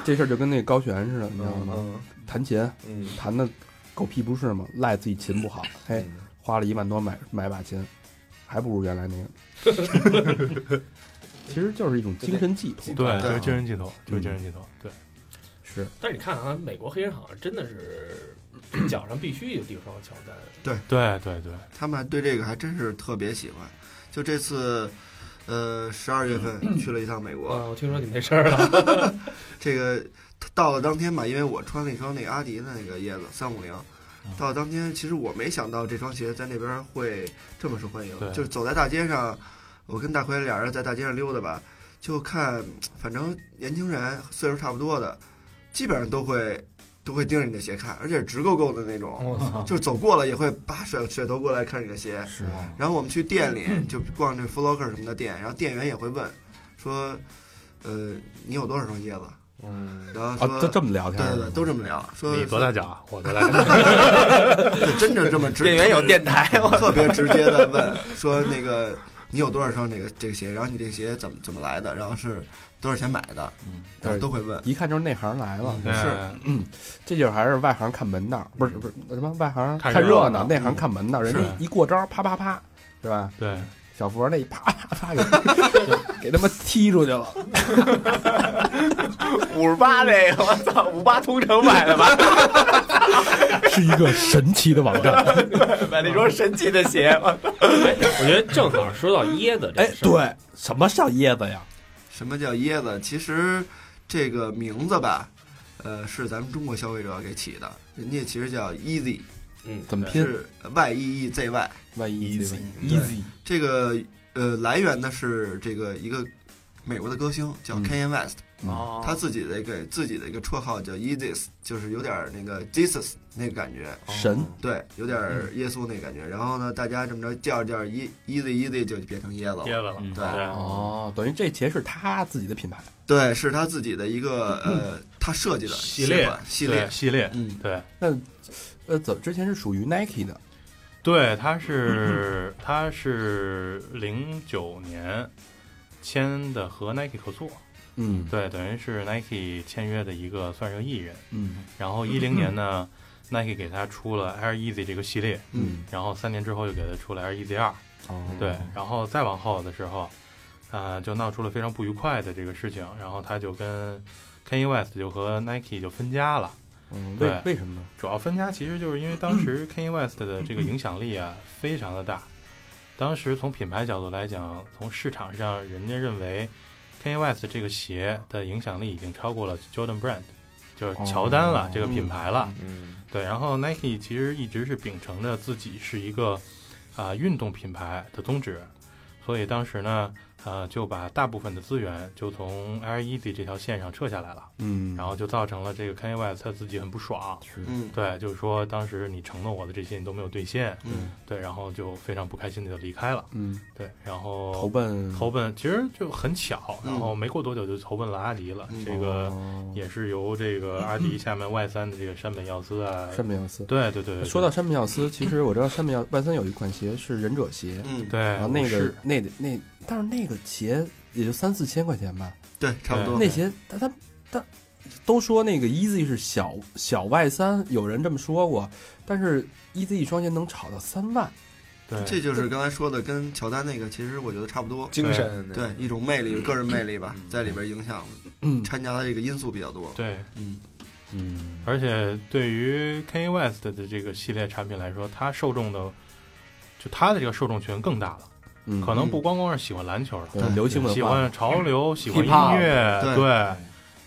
这事儿就跟那高璇似的，你知道吗？嗯弹琴嗯弹的狗屁不是嘛，赖自己琴不好，哎，花了一万多买买把琴，还不如原来那个。其实就是一种精神寄托，对，对就是精神寄托，就是嗯精神寄托。对，是但是你看啊，美国黑人好像真的是 <clears throat> 脚上必须有第双乔丹，对对对，他们还对这个还真是特别喜欢。就这次，呃，十二月嗯份去了一趟美国，啊我听说你没事儿 <laughs> 啊了，这个到了当天吧，因为我穿了一双那个阿迪的那个椰子三五零，到了当天其实我没想到这双鞋在那边会这么受欢迎，对就是走在大街上，我跟大奎俩人在大街上溜达吧，就看反正年轻人岁数差不多的，基本上都会。都会盯着你的鞋看，而且是直勾勾的那种， <laughs> 就是走过了也会叭甩甩头过来看你的鞋。是然后我们去店里就逛这 f o o Locker 什么的店，然后店员也会问，说，呃，你有多少双鞋子？嗯，然啊，后说，都这么聊天对儿对的对，都这么聊，说你多大脚啊？我多 <laughs> 大脚？对真的这么 <laughs> 直，店员有电台， <laughs> 我 <laughs> 特别直接的问说那个你有多少双这个这个鞋，然后你这个鞋怎么怎么来的，然后是多少钱买的，然后都会问。一看就是内行来了。对嗯是这就是还是外行看门道，不是不是什么外行看看热热闹闹，内行看门道。人家是一过招，啪啪啪，是吧？对，小佛那一啪 <laughs> 啪啪给给他妈踢出去了。五十八那个，我操，五八同城买的吧？是一个神奇的网站。买了一双神奇的鞋，哎我觉得正好说到椰子 <laughs> 这哎事，儿，对，什么上椰子呀？什么叫椰子？其实这个名字吧，呃，是咱们中国消费者给起的，人家其实叫 Easy，嗯，怎么拼是 Y E E Z Y。万一 Easy easy 这个呃来源呢是这个一个美国的歌星叫嗯 Kanye West，、哦他自己的一个自己的一个绰号叫 Yeezus，就是有点儿那个 Jesus 那个感觉，神对，有点嗯儿耶稣那个感觉。然后呢，大家这么着叫着叫着 Ye Easy Easy 就变成椰子椰了。子了，嗯对对哦，等于这鞋是他自己的品牌，对，是他自己的一个呃，他设计的系列款系对列，系列，嗯，对呃，怎之前是属于 Nike 的，对，它是 <clears throat> 它是零九年签的和 Nike 合作，嗯对，等于是 Nike 签约的一个算是个艺人。嗯然后一零年呢、n i k e 给他出了 Air Easy 这个系列，嗯，然后三年之后又给他出了 Air Easy 二，哦对，然后再往后的时候，呃，就闹出了非常不愉快的这个事情，然后他就跟 Kanye West 就和 Nike 就分家了。嗯，为对为什么呢？主要分家其实就是因为当时 Kanye West 的这个影响力啊非常的大，当时从品牌角度来讲，从市场上人家认为 Kanye West 这个鞋的影响力已经超过了 Jordan Brand，就是乔丹了、哦这个品牌了。嗯，对，然后 Nike 其实一直是秉承着自己是一个啊、运动品牌的宗旨，所以当时呢，呃，就把大部分的资源就从 Air Easy 这条线上撤下来了，嗯，然后就造成了这个 Kanye West 他自己很不爽。是嗯对，就是说当时你承诺我的这些你都没有兑现，嗯对，然后就非常不开心的就离开了，嗯对，然后投奔投奔其实就很巧，嗯然后没过多久就投奔了阿迪了，嗯这个哦也是由这个阿迪下面 Y 三的这个山本耀司啊，山本耀司。对对对对，说到山本耀司，其实我知道山本耀万森有一款鞋是忍者鞋，嗯，对，然后啊那我个是那那，但是那个鞋也就三四千块钱吧，对，差不多。那嗯鞋他他他都说那个 Easy 是小小 Y 三，有人这么说过，但是 Easy 一双鞋能炒到三万，对这就是刚才说的，跟乔丹那个其实我觉得差不多。精神对，一种魅力，个人魅力吧，在里边影响嗯掺杂的这个因素比较多。对，嗯嗯，而且对于 Kanye West 的这个系列产品来说，它受众的就它的这个受众群更大了，可能不光光是喜欢篮球了，嗯对流行文喜化，欢潮流，喜欢 Hip-hop，音乐，对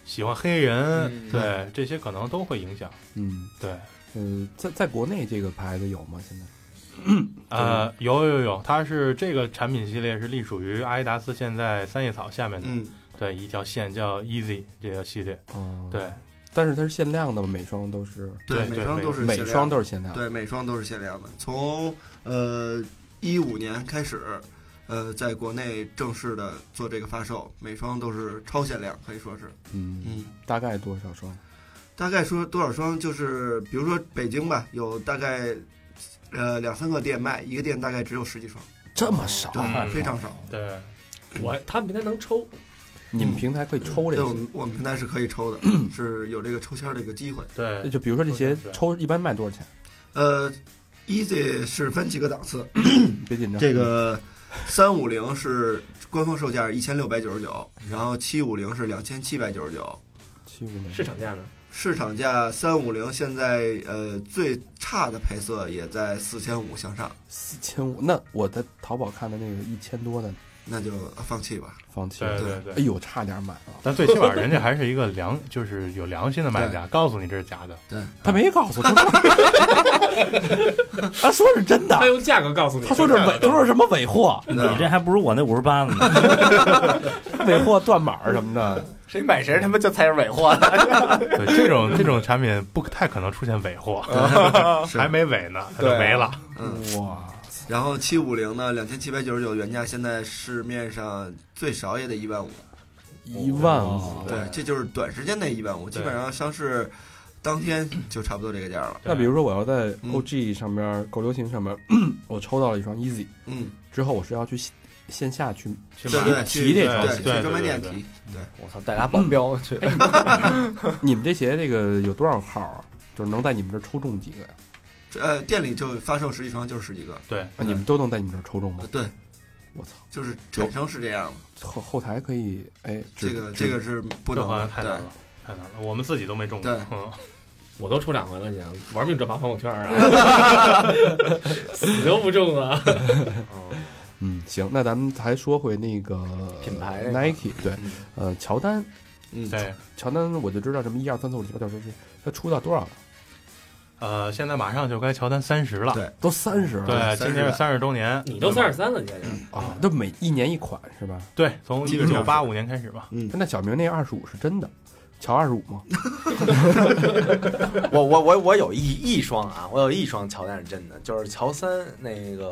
喜欢黑人，嗯对这些可能都会影响。嗯对，呃，在在国内这个牌子有吗？现在呃，有有有，它是这个产品系列是隶属于阿迪达斯现在三叶草下面的，嗯，对一条线叫 Easy 这个系列，哦，对，但是它是限量的嘛，每双都是，对每对双每都是每限量双都是限量，对，每双都是限量的。从呃一五年开始，呃，在国内正式的做这个发售，每双都是超限量，可以说是，嗯，嗯，大概多少双？大概说多少双？就是比如说北京吧，有大概呃两三个店卖，一个店大概只有十几双，这么少？对，非常嗯少。对，我他们平台能抽，你们平台可以抽这对，我个们我们平台是可 <clears throat> 以抽的，是有这个抽签儿的一个机会。对鞋？，就比如说这鞋抽签是抽一般卖多少钱？呃，Easy 是分几个档次，别紧张，这个三五零是官方售价一千六百九十九，嗯然后七五零是两千七百九十九，七五零市场价呢？市场价三五零现在呃最差的配色也在四千五向上，四千五，那我在淘宝看的那个一千多的那就放弃吧。放弃对了，对对哎。呦，差点买了。但最起码人家还是一个良，就是有良心的卖家，告诉你这是假的。他没告诉他说，他说是真的他，用价格告诉你，啊他说是伪，他说是什么尾货，你这还不如我那五十八呢。 <laughs> 尾货断码什么的。谁买谁他妈就才是伪货呢。对，这种这种产品不太可能出现尾货，还没尾呢，它就对没了。嗯，哇，然后七五零呢，两千七百九十九原价现在市面上最少也得一万五，一万五，对，这就是短时间内一万五，基本上上市当天就差不多这个价了。那比如说我要在嗯 OG 上边、购流行上边， <clears throat> 我抽到了一双 Easy，嗯，之后我是要去线线下去，去对买对，提去这双对，鞋去对专卖对店对提。我操，带俩保镖去，你们这鞋这个有多少号啊？就是能在你们这儿抽中几个啊呀？呃，店里就发售十几双就是十几个，对，啊你们都能在你们这儿抽中吗呃？对，我操，就是产生是这样的。后后台可以，哎，这只个只这个是不这能好的像，太难了，太难了，我们自己都没中过对。嗯我都抽两回了，你想玩命转发朋友圈啊， <laughs> 死都不中啊！嗯，行，那咱们还说回那个品牌这块 Nike，对，嗯呃，乔丹，对，乔丹，我就知道什么一二三四五六七八九十十，他出到多少了？呃，现在马上就该乔丹三十了，对都三十了，对，今年是三十周年，你都三十三了，你想想，啊，这每一年一款是吧？对，从基一本上九是八五年开始吧，那小明那二十五是真的，乔二十五吗？ <laughs> 我我我我有一一双啊，我有一双乔丹是真的，就是乔三那个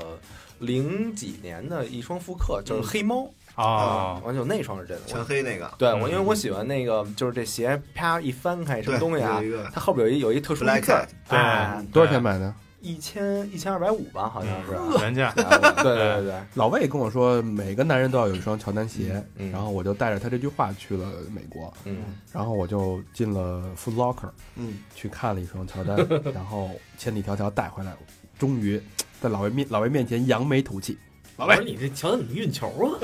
零几年的一双复刻，就是黑猫哦，我有那双是真的。全我黑那个，对，我因为我喜欢那个，就是这鞋啪一翻开什么对，东西啊有一，个它后边有一有一特殊的 black 字儿 cat，，对哎，多少钱买的？一千一千二百五吧，好像是。嗯原价，然后对对对嗯对，老魏跟我说，每个男人都要有一双乔丹鞋，嗯然后我就带着他这句话去了美国，嗯，然后我就进了 Foot Locker 嗯，去看了一双乔丹，然后千里迢迢带回来，终于在老魏面老魏面前扬眉吐气。老魏，你这乔丹怎么运球啊？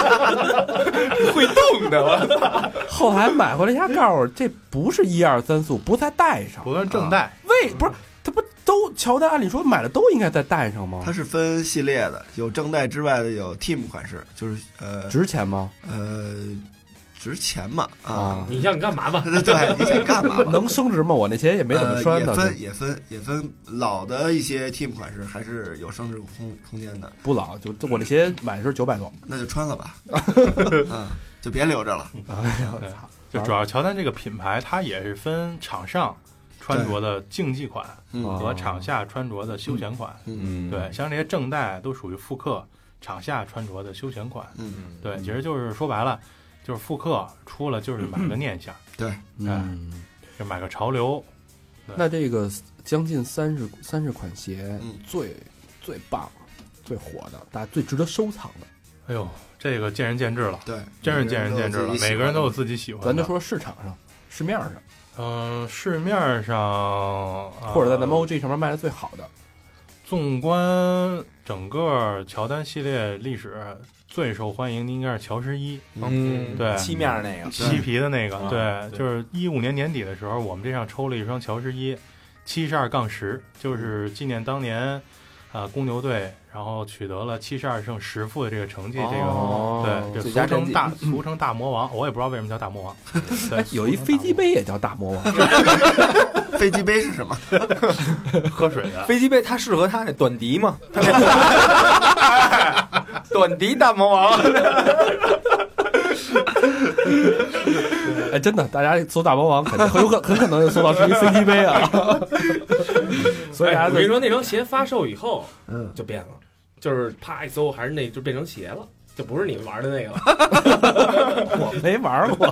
<laughs> 会动的，我后来买回来，他告诉我这不是一二三四五，不在带上啊不，算正代，为不是他不都乔丹按理说买了都应该在带上吗它？是分系列的，有正代之外的有 team 款式，就是呃值钱吗？呃值钱嘛啊，啊，你想干嘛吧？ <laughs> 对对，你想干嘛吧？能升值吗？我那鞋也没怎么穿呢，呃就也分也分也分老的一些 team 款式还是有升值空空间的，不老，就就我那鞋买的时候九百多。那就穿 <laughs> 了吧，嗯，就别留着了。哎呀，我操！就主要乔丹这个品牌，它也是分场上穿着的竞技款嗯和场下穿着的休闲款，嗯哦嗯，对，像这些正代都属于复刻，场下穿着的休闲款，嗯，对，其实就是说白了，就是复刻出了就是买个念想，嗯，就买个潮流，那这个将近三十三十款鞋嗯，最最棒、最火的，大家最值得收藏的，哎呦，这个见仁见智了，对，真是见仁见智了，每个人都有自己喜欢的。咱就，说市场上、市面上，嗯、市面上、呃或者在咱们 OG 上面卖的最好的，纵观整个乔丹系列历史，最受欢迎的应该是乔十一，嗯对漆面那个，漆皮的嗯那个，啊对就是一五年年底的时候，我们这上抽了一双乔十一，七十二杠十，嗯就是纪念当年，呃，公牛队然后取得了七十二胜十负的这个成绩，这个。哦对，这最俗佳战称绩大俗称大魔王，我也不知道为什么叫大魔王。<laughs> 对，哎有一飞机杯也叫大魔王，飞机杯是什么？喝水的，飞机杯它适合它那短笛嘛，它那 <laughs> 短笛大魔王，哎，真的，大家搜大魔王，肯定很有可很可能就搜到是一飞机杯啊。 <laughs> 所以大啊哎家我跟你就说，那双鞋发售以后，嗯，就变了，就是啪一搜，还是那就变成鞋了，就不是你玩的那 <laughs> 个了。我没玩过，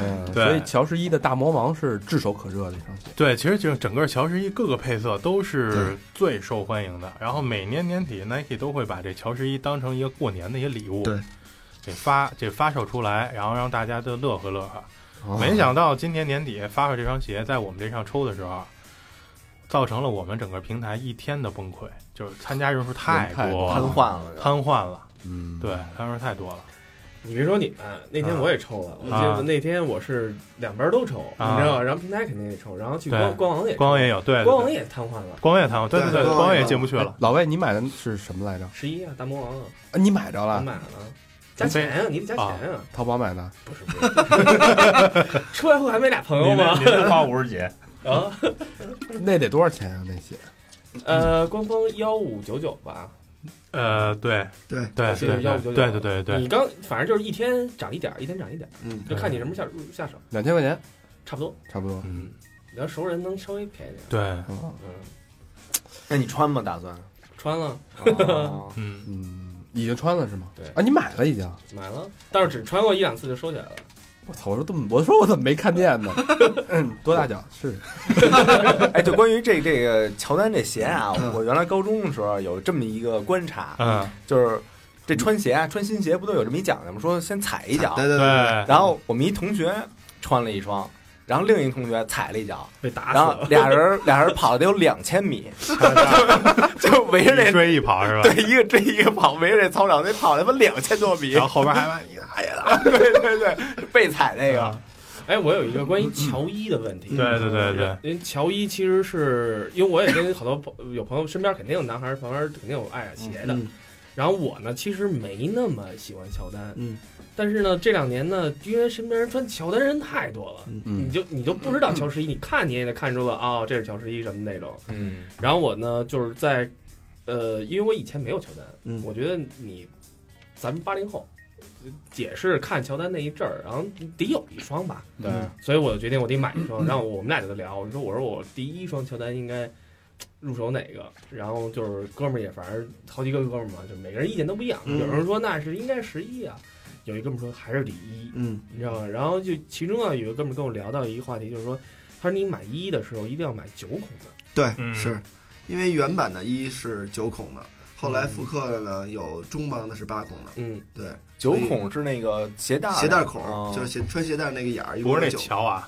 嗯，对所以乔十一的大魔王是炙手可热的一双鞋，对，其实就是整个乔十一各个配色都是最受欢迎的。然后每年年底，Nike 都会把这乔十一当成一个过年的一个礼物，对，给发给发售出来，然后让大家都乐呵乐呵。哦没想到今年年底发售这双鞋，在我们这上抽的时候，造成了我们整个平台一天的崩溃，就是参加人数太人太多多瘫了，痪了就。瘫痪了，嗯，对，摊数太多了。你别说你们，那天我也抽了，我记啊得那天我是两边都抽，啊你知道吧？然后平台肯定也抽，然后去对官官网也抽官网也有，对，对对官网也瘫痪了，官网也瘫痪，对对对，官官网网也也进不去了。老魏，你买的是什么来着？十一啊，大魔王啊，啊你买着我了，买了，加钱啊，你得加钱啊，淘宝买的，不是不是，啊出来后还没俩朋友您吗您？这花五十几，啊，嗯那得多少钱啊？那鞋呃，官方幺五九九吧，呃，对对对是对159对对对对对你刚反正就是一天涨一点儿，一天涨一点儿，嗯，就看你什么下入下手，两千块钱，差不多，差不多。嗯，你要熟人能稍微便宜点儿，对，哦嗯，那你穿吗？打 <laughs> 算？穿了哦嗯，嗯，已经穿了是吗？对啊，你买了已经。买了，但是只穿过一两次就收起来了。我操！我说怎么？我说我怎么没看见呢？ <laughs> 嗯，多大脚？是哎，对，关于这这个乔丹这鞋啊，我原来高中的时候有这么一个观察，嗯，就是这穿鞋啊，穿新鞋不都有这么一讲究吗？说先踩一脚，对对对，对，然后我们一同学穿了一双，然后另一同学踩了一脚，被打然后。俩人俩人跑了得有两千米，就围着一这追一跑是吧？对一个追一个跑，围着这操场得跑他妈两千多米 <laughs> 然，后后边还哎呀，对对对，被踩那个。哎，我有一个关于乔伊的问题。对对对嗯对，因为乔伊其实是因为我也跟好多朋有朋友身边肯定有男孩儿，旁边肯定有爱鞋的。嗯然后我呢，其实没那么喜欢乔丹，嗯但是呢，这两年呢，因为身边人穿乔丹人太多了，你嗯就你就不知道乔十一，你看你也得看出了啊、这是乔十一什么那种。嗯然后我呢，就是在，呃，因为我以前没有乔丹，嗯我觉得你，咱们八零后，也是看乔丹那一阵儿，然后得有一双吧，对，所以我就决定我得买一 <clears throat> 双。然后我们俩就在聊，我说我说我第一双乔丹应该入手哪个？然后就是哥们儿也反正好几个哥们儿嘛，就每个人意见都不一样。嗯有人说那是应该十一啊，有一哥们儿说还是得一，嗯你知道吗？然后就其中啊有一个哥们儿跟我聊到一个话题，就是说他说你买一的时候一定要买九孔的。对，嗯是因为原版的一是九孔的，后嗯来复刻的呢有中帮的是八孔的，嗯，对，九孔是那个鞋带儿鞋带孔啊就是鞋穿鞋带那个眼儿，一不是那九，乔啊，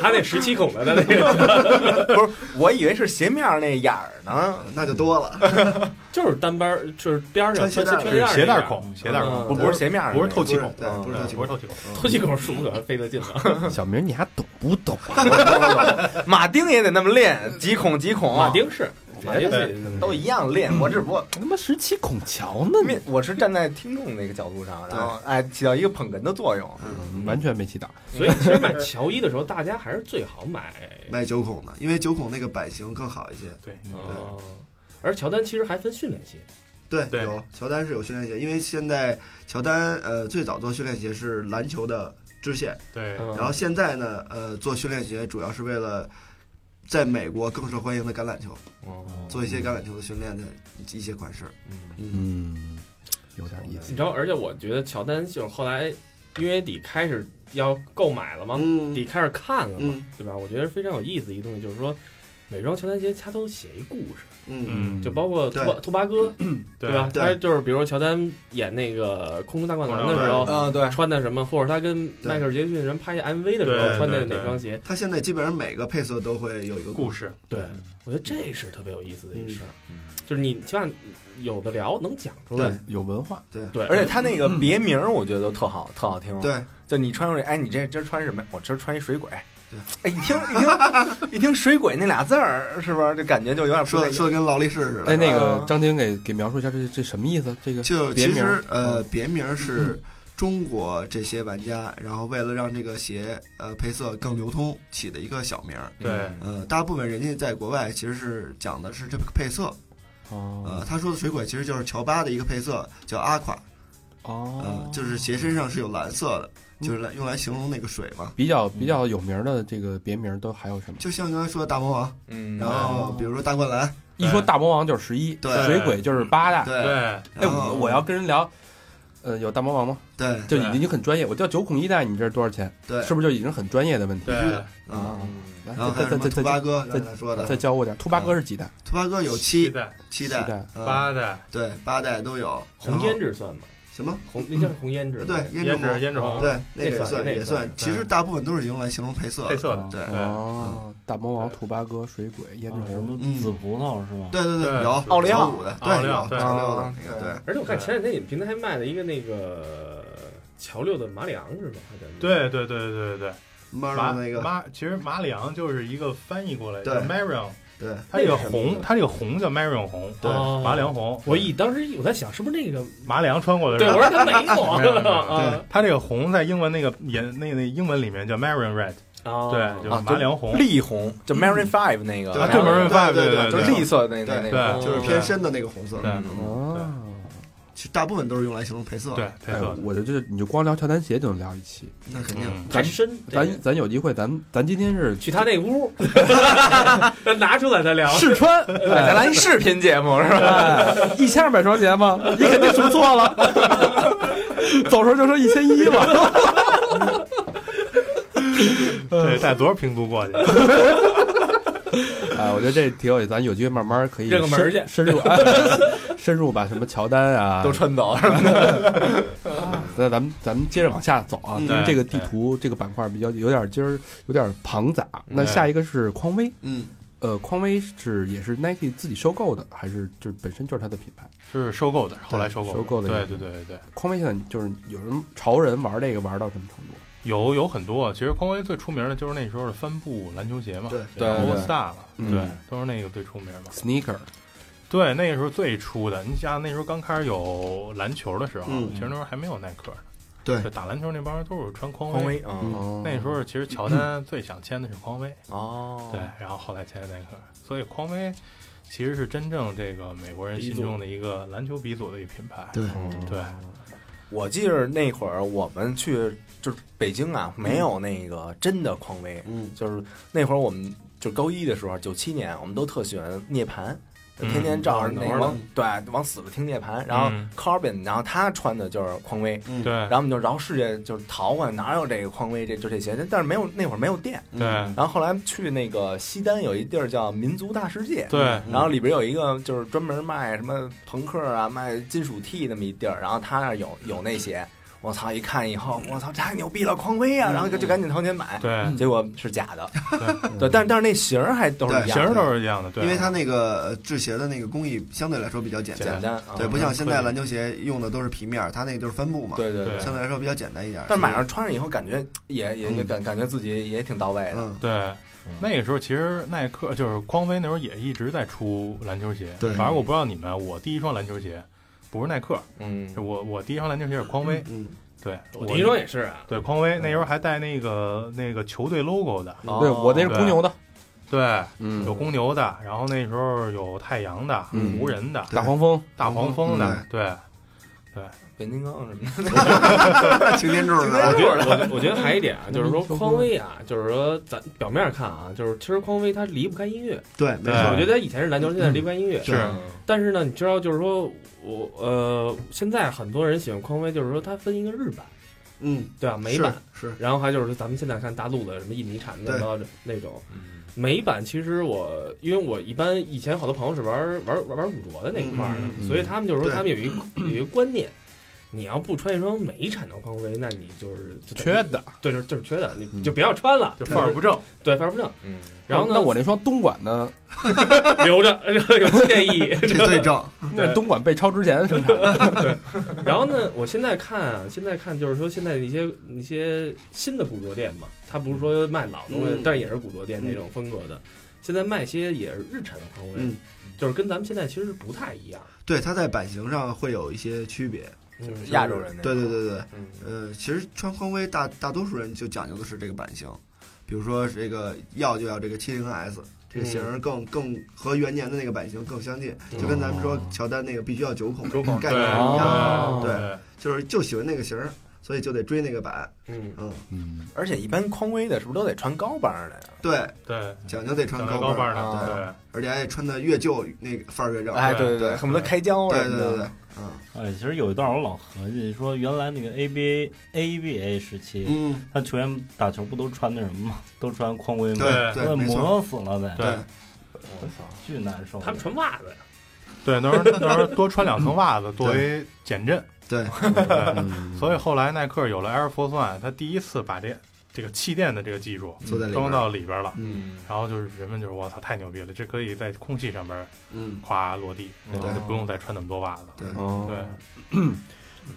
他那十七孔的他那 <laughs> 个 <laughs> 不是，我以为是鞋面儿那眼儿呢。那就多了，就是单边儿，就是边儿上穿鞋穿带儿穿是儿鞋带那儿样，孔，鞋带儿孔，嗯不不是鞋面儿的不那个， <laughs> 是透气孔，嗯对，嗯不是嗯不九是孔，透气孔，透气孔数不可费得劲了。小明你还懂不懂 <laughs> 啊？马丁也得那么练，几孔几孔。马丁是，马丁对是都一样练，我只不过他妈十七孔桥呢面我是站在听众那个角度上，然后哎起到一个捧哏的作用。你，完全没起到。所以其实买乔伊的时候，大家还是最好买。买九孔的，因为九孔那个版型更好一些，对，哦，而乔丹其实还分训练鞋，对，对有乔丹是有训练鞋，因为现在乔丹呃最早做训练鞋是篮球的支线，对，然后嗯，现在呢呃做训练鞋主要是为了。在美国更受欢迎的橄榄球，嗯做一些橄榄球的训练的一些款式，嗯，有点意思你。知道，而且我觉得乔丹就是后来，因为得开始要购买了嘛，嗯得开始看了嘛，嗯对吧？我觉得非常有意思的一东西就是说，每双乔丹鞋它都写一故事，嗯就包括对兔巴兔八哥，对吧？对他就是比如说乔丹演那个《空中大灌篮》的时候。嗯，对，穿的什么，或者他跟迈克尔·杰克逊什么拍一 MV 的时候对穿的对对哪双鞋？它现在基本上每个配色都会有一个故故事，事，对，我觉得这是特别有意思的一事儿，就是你起码有的聊，能讲出来。嗯有文化，对，而且他那嗯个别名儿我觉得都特好，特好听。，对，就你穿上去，哎，你这今儿穿什么？我今儿穿一水鬼。对哎，一听一听一听“水鬼”那俩字儿，是不是这感觉就有点不说太的一说样？的跟劳力士似的。哎，那啊个张晶给给描述一下这这什么意思？这个嗯就别其名儿实呃，别名是中国这些玩家，然后为了让这个鞋呃配色更流通起的一个小名儿。对，嗯呃，大部分人家在国外其实是讲的是这个配色，呃哦，他说的水鬼其实就是乔巴的一个配色，叫阿垮，哦呃，，就是鞋身上是有蓝色的，就是来用来形容那个水嘛。比较比较有名儿的这个别名儿都还有什么？就像刚才说的大魔王，嗯，然后比如说大灌篮，一说大魔王就是十一，对水鬼就是八大。对，对，哎，我我要跟人聊，呃，有大魔王吗？嗯对就已经很专业。我叫九孔一代，你这是多少钱？对是不是就已经很专业的问题？对，啊，啊，来然后还再有什再么再兔八再哥刚才说的再，教我点儿。兔八哥是几代？兔八哥有七七代、七七代代、嗯八代，对八代都有，红胭脂算吗？什么？红那叫红胭脂吧，对胭胭脂脂红，胭脂红，对那那个也算算那也算算，其实大部分都是用来形容配色配的。色的，对哦，大魔王、兔八哥、水鬼、胭啊脂什红，么嗯紫葡萄是吧？对对对有奥利奥有五的，奥对利奥有对奥利奥的啊那个，对，而且我看前两天你们平台还卖了一个那个乔六的马里昂是吗？还是什么，对对对对对对，马马上那个，马其实马里昂就是一个翻译过来对叫 Marion，对它这个那是什么意思红，它这个红叫 Marion 红，对马里昂红，我一当时我在想是不是那个，马里昂穿过的，对我说他没有啊没有没有没有啊它这个红在英文那个也那那英文里面叫 Marion Red， <laughs> 啊，对，就是啊马里昂红，力红，就 Mary Five 那个，对它就 Marion 啊 Five，对对对嗯就对绿色那那对那对个。就是偏深的那个红色，对嗯哦，其实大部分都是用来形容配色。对，，配哎色，我就就是，你就光聊乔丹鞋就能聊一期。那肯定。嗯，太深，这咱个咱有机会，咱咱今天是 <laughs> 去他那屋， <laughs> 咱 <laughs> 拿出来再聊。试穿，哎咱来一视频节目是吧？哎一千二百双鞋吗？你肯定数错 <laughs> 了，走时候就剩一千一了。对，带多少平度过去？啊，我觉得这挺有意思，咱有机会慢慢可以认个门儿去深深 <laughs> 入，哎深入把什么乔丹啊都，穿走，那咱们咱们接着往下走啊，嗯因为这个地图这个板块比较有点今儿有点庞杂。那下一个是匡威，嗯，呃，匡威是也是 Nike 自己收购的，还是就是本身就是它的品牌？是收购的，后来收购，收购的对对对对对，匡威现在就是有人潮人玩这个玩到什么程度？有有很多，啊其实匡威最出名的就是那时候的帆布篮球鞋嘛，对对对 All Star 嘛，嗯对，都是那个最出名嘛。 sneaker，对，那个时候最出的，你想那时候刚开始有篮球的时候，嗯其实那时候还没有耐克呢。对就打篮球那帮人都是穿匡匡。威啊，嗯哦那时候其实乔丹最想签的是匡威，嗯哦，对，然后后来签的耐克，所以匡威其实是真正这个美国人心中的一个篮球鼻祖的一个品牌。对对，我记着那会儿我们去就是北京啊，没有那个真的匡威，嗯，就是那会儿我们就是高一的时候，九七年，我们都特喜欢涅槃，嗯天天照着那玩个儿往对往死了听涅槃，然后嗯 Corbin，然后他穿的就是匡威，嗯对，然后我们就绕世界就是淘换，哪有这个匡威这就这鞋，但是没有那会儿没有店。嗯对，然后后来去那个西单有一地儿叫民族大世界，嗯对，然后里边有一个就是专门卖什么朋克啊、卖金属 T 那么一地儿，然后他那儿有有那鞋，我操！一看以后，我操，太牛逼了，匡威啊！然后就就赶紧掏钱买，对，结果是假的， <laughs> 对对，但但是那型儿还都是一对型样儿的，都是一样的，对，嗯因为它那个呃制鞋的那个工艺相对来说比较简简单简，单啊，对，对不像现在篮球鞋用的都是皮面儿，它那个就是帆布嘛，对对对相对来说比较简单一点。但是买上穿上以后，感觉也也也感感觉自己也挺到位的，嗯，对，那个时候其实耐克就是匡威那时候也一直在出篮球鞋，对反正我不知道你们，我第一双篮球鞋不是耐克，嗯是，我我第一双篮球鞋是匡威，嗯，对，我第一双也是啊，对匡威那时候还带那个那个球队 logo 的，哦对我那是公牛的，对，有嗯，公牛的，然后那时候有太阳的、嗯湖人的、大黄蜂，大黄蜂的嗯，对，变形金刚什么的，擎嗯天柱儿啊我呢觉得，我觉我觉得还一点啊，就是说嗯匡威啊，就是说咱表面看啊，就是其实匡威它离不开音乐。对，没对错，嗯啊我觉得以前是篮球，现在离不开音乐。是但是呢，你知道，就是说我呃，现在很多人喜欢匡威，就是说它分一个日版，嗯，对吧？啊美是版，是，然后还就是咱们现在看大陆的什么印尼产的对那那种美版，其实我因为我一般以前好多朋友是玩玩玩古着的那一块儿的嗯，嗯所以他们就是说对他们有 <clears throat> 一个有一个观念。你要不穿一双美产的匡威，那你就是就等于缺的，对，就是就是缺的，你嗯就不要穿了，就范儿不正，对，范儿不正。 <laughs> 嗯，然后呢，那我那双东莞的，留着 <laughs> 有纪念意义。 <laughs> 这最正，那东莞被抄之前生产的，然后呢，我现在看啊，现在看就是说现在一些一些新的古着店嘛，它不是说卖老东西，嗯但是也是古着店那种风格的。现在卖些也是日产的匡威，嗯就是跟咱们现在其实不太一样。对，它在版型上会有一些区别。嗯亚洲人那对对种，对对，嗯呃，其实穿匡威大大多数人就讲究的是这个版型，比如说这个要就要这个七零 S，这个型儿更更和元年的那个版型更相近，就跟咱们说乔丹那个必须要九孔九孔概对念是一样哦的，对，就是就喜欢那个型儿，所以就得追那个版，嗯，嗯，嗯，而且一般匡威的是不是都得穿高帮儿的呀？对，对，讲究得穿长得高高跟帮儿，儿的，对对。而且还得穿的越旧那个范儿越正，哎，对对对对恨不得开胶对什么对对对的。，哎，其实有一段我老合计说，原来那个 ABA ABA 时期，嗯，他球员打球不都穿那什么吗？都穿匡威吗？对那对，没错，磨死了得，对对，我操，巨难受。他们穿袜子呀，对，那时候那时候多穿两层袜子作为减震，对对，嗯所以后来耐克有了 Air Force One，它第一次把这这个气垫的这个技术坐在里边装儿，到里边了，嗯，然后就是人们就是我操太牛逼了，这可以在空气上边嗯，夸落地，对就不用再穿那么多袜子了。对哦，对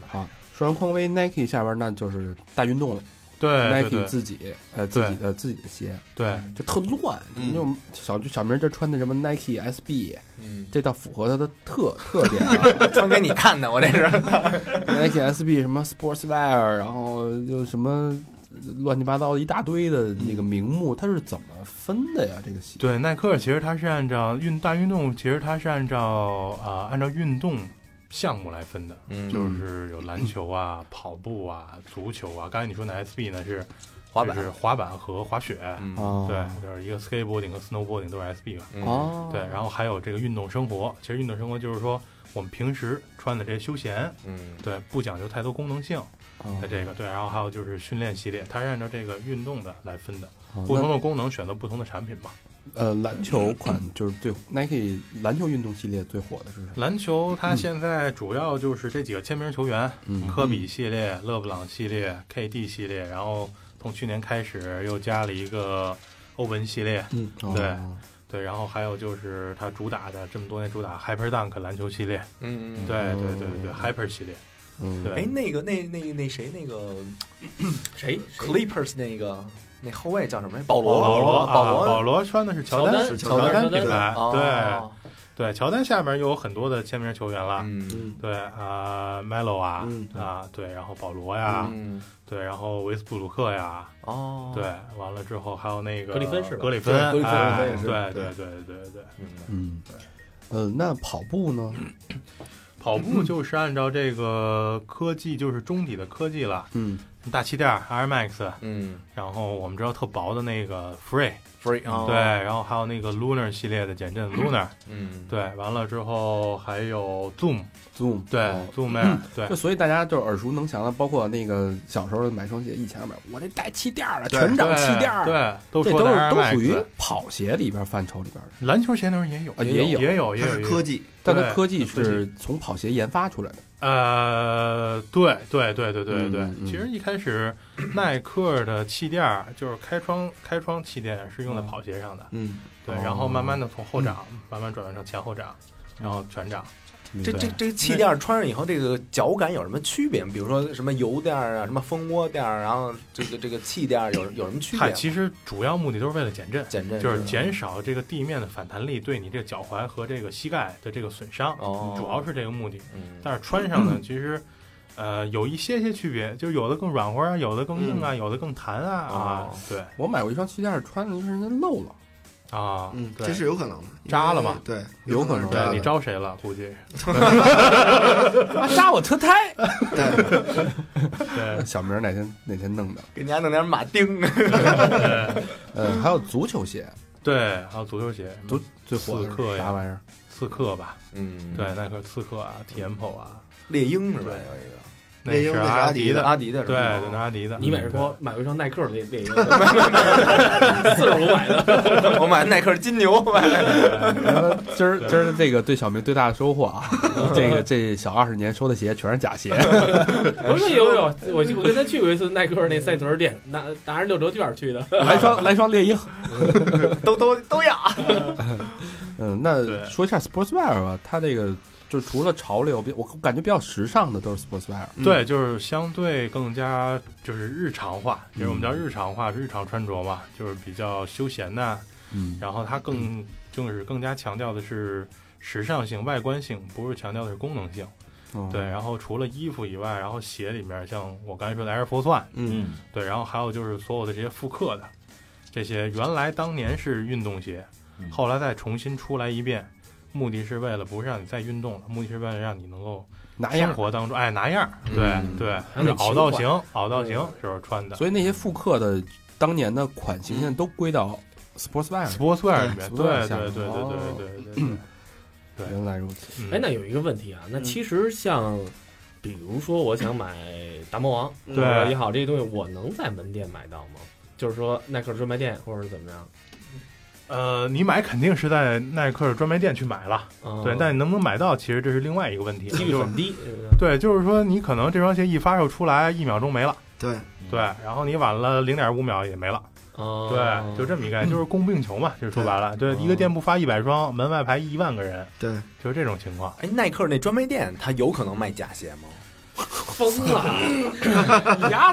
好，啊说完匡威 Nike 下边那就是大运动了哎对对，Nike 对自己呃自己的自己的鞋，对，就特乱，嗯那种小小明这穿的什么 Nike SB，嗯，这倒符合他的特特点、 <laughs> 啊、穿给你看的，我这是。 ，Nike SB 什么 Sportswear，然后就什么乱七八糟一大堆的那个名目，它是怎么分的呀？这个鞋，对，耐克其实它是按照运大运动，其实它是按照啊、呃按照运动项目来分的， <laughs> 嗯就是有篮球啊、跑步啊、足球啊。刚才你说那 SB 呢是滑板就是滑板和滑雪，嗯啊，对，就是一个 skateboarding 和 snowboarding 都是 SB 吧。嗯哦，对，然后还有这个运动生活，其实运动生活就是说我们平时穿的这些休闲，嗯对，不讲究太多功能性哦的这个，对，然后还有就是训练系列，它是按照这个运动的来分的，哦不同的功能选择不同的产品嘛。那呃，篮球款就是最 Nike 篮球运动系列最火的是什么？篮球它现在主要就是这几个签名球员，嗯科比系列、勒布朗系列、KD 系列，然后从去年开始又加了一个欧文系列，嗯，哦对对，然后还有就是它主打的这么多年主打 Hyper Dunk 篮球系列，嗯对对对对对，Hyper 系列，嗯，对哎，那个那那那谁那个谁 Clippers 那个那后卫叫什么来？保保罗罗，啊保保罗穿的是乔乔丹，丹是乔丹丹乔丹品牌，对哦对，乔丹下面有很多的签名球员了，嗯嗯对啊，Melo 啊嗯啊，对，然后保罗呀，嗯对，然后维斯布鲁克呀，哦，对，完了之后还有那个格里芬是吧格里芬，对格里芬哎格里芬也是对对对对对对，明白嗯，呃，那跑步呢？跑步就是按照这个科技，就是中底的科技了，嗯，大气垫儿 Air Max，嗯然后我们知道特薄的那个 Free， ，free 哦嗯啊，对，，然后还有那个 Lunar 系列的减 <clears throat> 震 Lunar，嗯，对，完了之后还有 Zoom， Zoom，对哦，Zoom Air，对就，所以大家就是耳熟能详的，包括那个小时候买双鞋，一前面我这带气垫儿的，对全掌气对垫儿，，对，都这说都的是 Air 都 Max 属于跑鞋里边范畴里边的，篮球鞋那时候也有啊，也有也有，也它有是也科有。技，但对它科技是从跑鞋研发出来的。呃，对对对对对对嗯嗯，其实一开始耐克的气垫儿就是开窗开窗气垫是用在跑鞋上的，嗯，对，哦嗯然后慢慢的从后掌慢慢转换成前后掌，然后全掌。这这这个气垫儿穿上以后，这个脚感有什么区别？比如说什么油垫儿啊，什么蜂窝垫儿，然后这个这个气垫儿有有什么区别嗨，吗？其实主要目的都是为了减震，减震就是吧减少这个地面的反弹力对你这个脚踝和这个膝盖的这个损伤，哦主要是这个目的。嗯但是穿上呢，其实呃有一些些区别，就是有的更软和啊，有的更硬啊，有的更弹啊啊嗯哦，对我买过一双气垫儿，穿的就是人家漏了，啊，嗯，对这是有可能的，因为扎了嘛对，有可能是扎对你的，招谁了？估 <laughs> 计啊，扎我车胎。对，对小明儿哪天哪天弄的？给人家弄点马丁，啊对呃，还有足球鞋，对，还有足球鞋，足最火的刺客是呀啥玩意儿？ <laughs> 刺客吧，嗯，对，耐克刺客啊，Tempo 啊，猎鹰是对吧？有一个那猎鹰是那是阿迪迪的，阿迪的哦对，是吧，对，那阿迪的。你买嗯一对双买一双耐克的那那个四十五买的， <laughs> 我买耐克金牛，呃今儿今儿这个对小明最大的收获啊，这个这小二十年收的鞋全是假鞋。 <laughs> <laughs> 不是有有，我我跟他去过一次耐克那赛屯店，拿拿着六折券 <laughs> 去的。来双来双猎鹰。 <laughs> 都都都要。对嗯，那说一下 sportswear 吧，它这个就除了潮流，比我感觉比较时尚的都是 sportswear。对，就是相对更加就是日常化，就是我们嗯叫日常化，日常穿着嘛，就是比较休闲呐。嗯，然后它更就是更加强调的是时尚性、外观性，不是强调的是功能性。哦对，，然后除了衣服以外，然后鞋里面像我刚才说的 Air Force One，嗯，嗯，对，然后还有就是所有的这些复刻的，这些原来当年是运动鞋，嗯后来再重新出来一遍，目的是为了不是让你再运动了，目的是为了让你能够拿样生儿。活当中哎拿样儿，嗯对对，还有熬情造怀型，熬造型时候穿的。所以那些复刻的当年的款型，嗯现在都归到 sportswear 上。 sportswear 里面，对 sportswear 对下对对哦对对对对。对原来如此，嗯哎，那有一个问题啊，那其实像，比如说我想买达摩王，嗯对呃也好，这些东西我能在门店买到吗？就是说耐克专卖店或者是怎么样？呃，你买肯定是在耐克的专卖店去买了，嗯对，但你能不能买到，其实这是另外一个问题。几率就是很低。对，就是说你可能这双鞋一发售出来，一秒钟没了，对，对，然后你晚了零点五秒也没了，嗯对，就这这么一概，就是供不应求嘛，就是说白了，对，一个店铺发一百双，门外排一万个人，对，就是这种情况。哎，耐克那专卖店，它有可能卖假鞋吗？疯 <coughs> 了，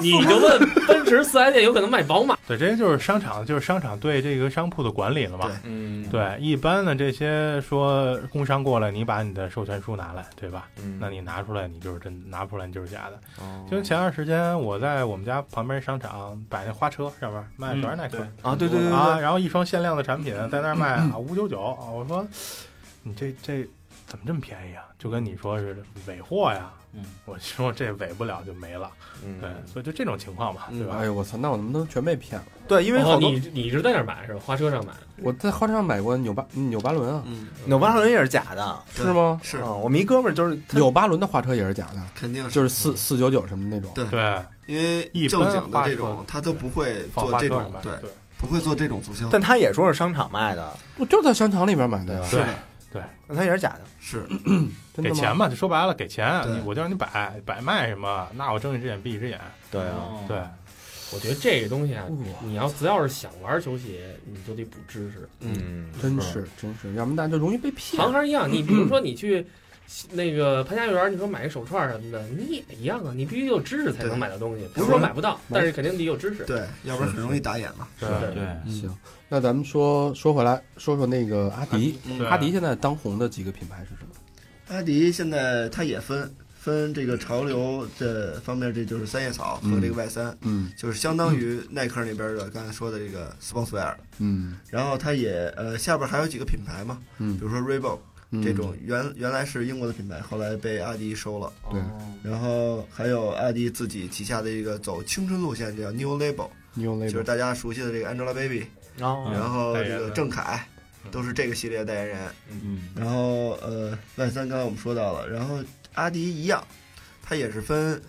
你就问奔驰四 S 店有可能卖宝马，对，这些就是商场，就是商场对这个商铺的管理了嘛。嗯，对，一般的这些说工商过来，你把你的授权书拿来，对吧？嗯，那你拿出来，你就是真；拿不出来，你就是假的。哦就前段时间，我在我们家旁边商场摆那花车，上面卖全是耐克、啊，对对对啊，对，然后一双限量的产品在那儿卖 <clears throat> 啊五九九啊，我说你这这怎么这么便宜啊？就跟你说是尾货呀。嗯，我说这尾不了就没了，嗯对，所以就这种情况嘛，对吧哎？呦我操！那我能不能全被骗了？对，因为哦好多你你是在那儿买是吧？花车上买，我在花车上买过纽巴纽巴伦啊，嗯，纽巴伦也是假的，对是吗？啊是嗯，我们一哥们儿就是他纽巴伦的花车也是假的，肯定就是四四九九什么那种。对嗯对，因为一般正经的花这车种，他都不会放做花这车上种卖，，对，对不会做这种促销，但他也说是商场卖的，我就在商场里边买的呀，对，那他也是假的。是真的给吗钱嘛，就说白了，给钱，对你我就让你摆摆卖什么，那我睁一只眼闭一只眼，对啊，哦对，我觉得这个东西啊，哇你要只要是想玩球鞋，你就得补知识。嗯嗯，真是真是，要不然大家就容易被骗行。行一样，你比如说你去那个潘家园，你说买个手串什么的，你也一样啊，你必须有知识才对能买到东西，不不是是说买不到，但是肯定得有知识。对，要不然很容易打眼嘛。对是对，行，那咱们说说回来，说说那个阿迪，嗯对阿迪现在当红的几个品牌是什么？阿迪现在它也分分这个潮流这方面，这就是三叶草和这个 Y 三、嗯就是相当于耐克那边的刚才说的这个 Sportswear，嗯然后它也呃下边还有几个品牌嘛，比嗯，如说 Reebok 嗯这种原原来是英国的品牌，后来被阿迪收了，对哦然后还有阿迪自己旗下的一个走青春路线，这叫 New Label， New 就是 Label，大家熟悉的这个 Angelababy，然后然后代言这人个郑恺嗯都是这个系列代言人。嗯，然后呃，万三刚才我们说到了，然后阿迪一样，它也是分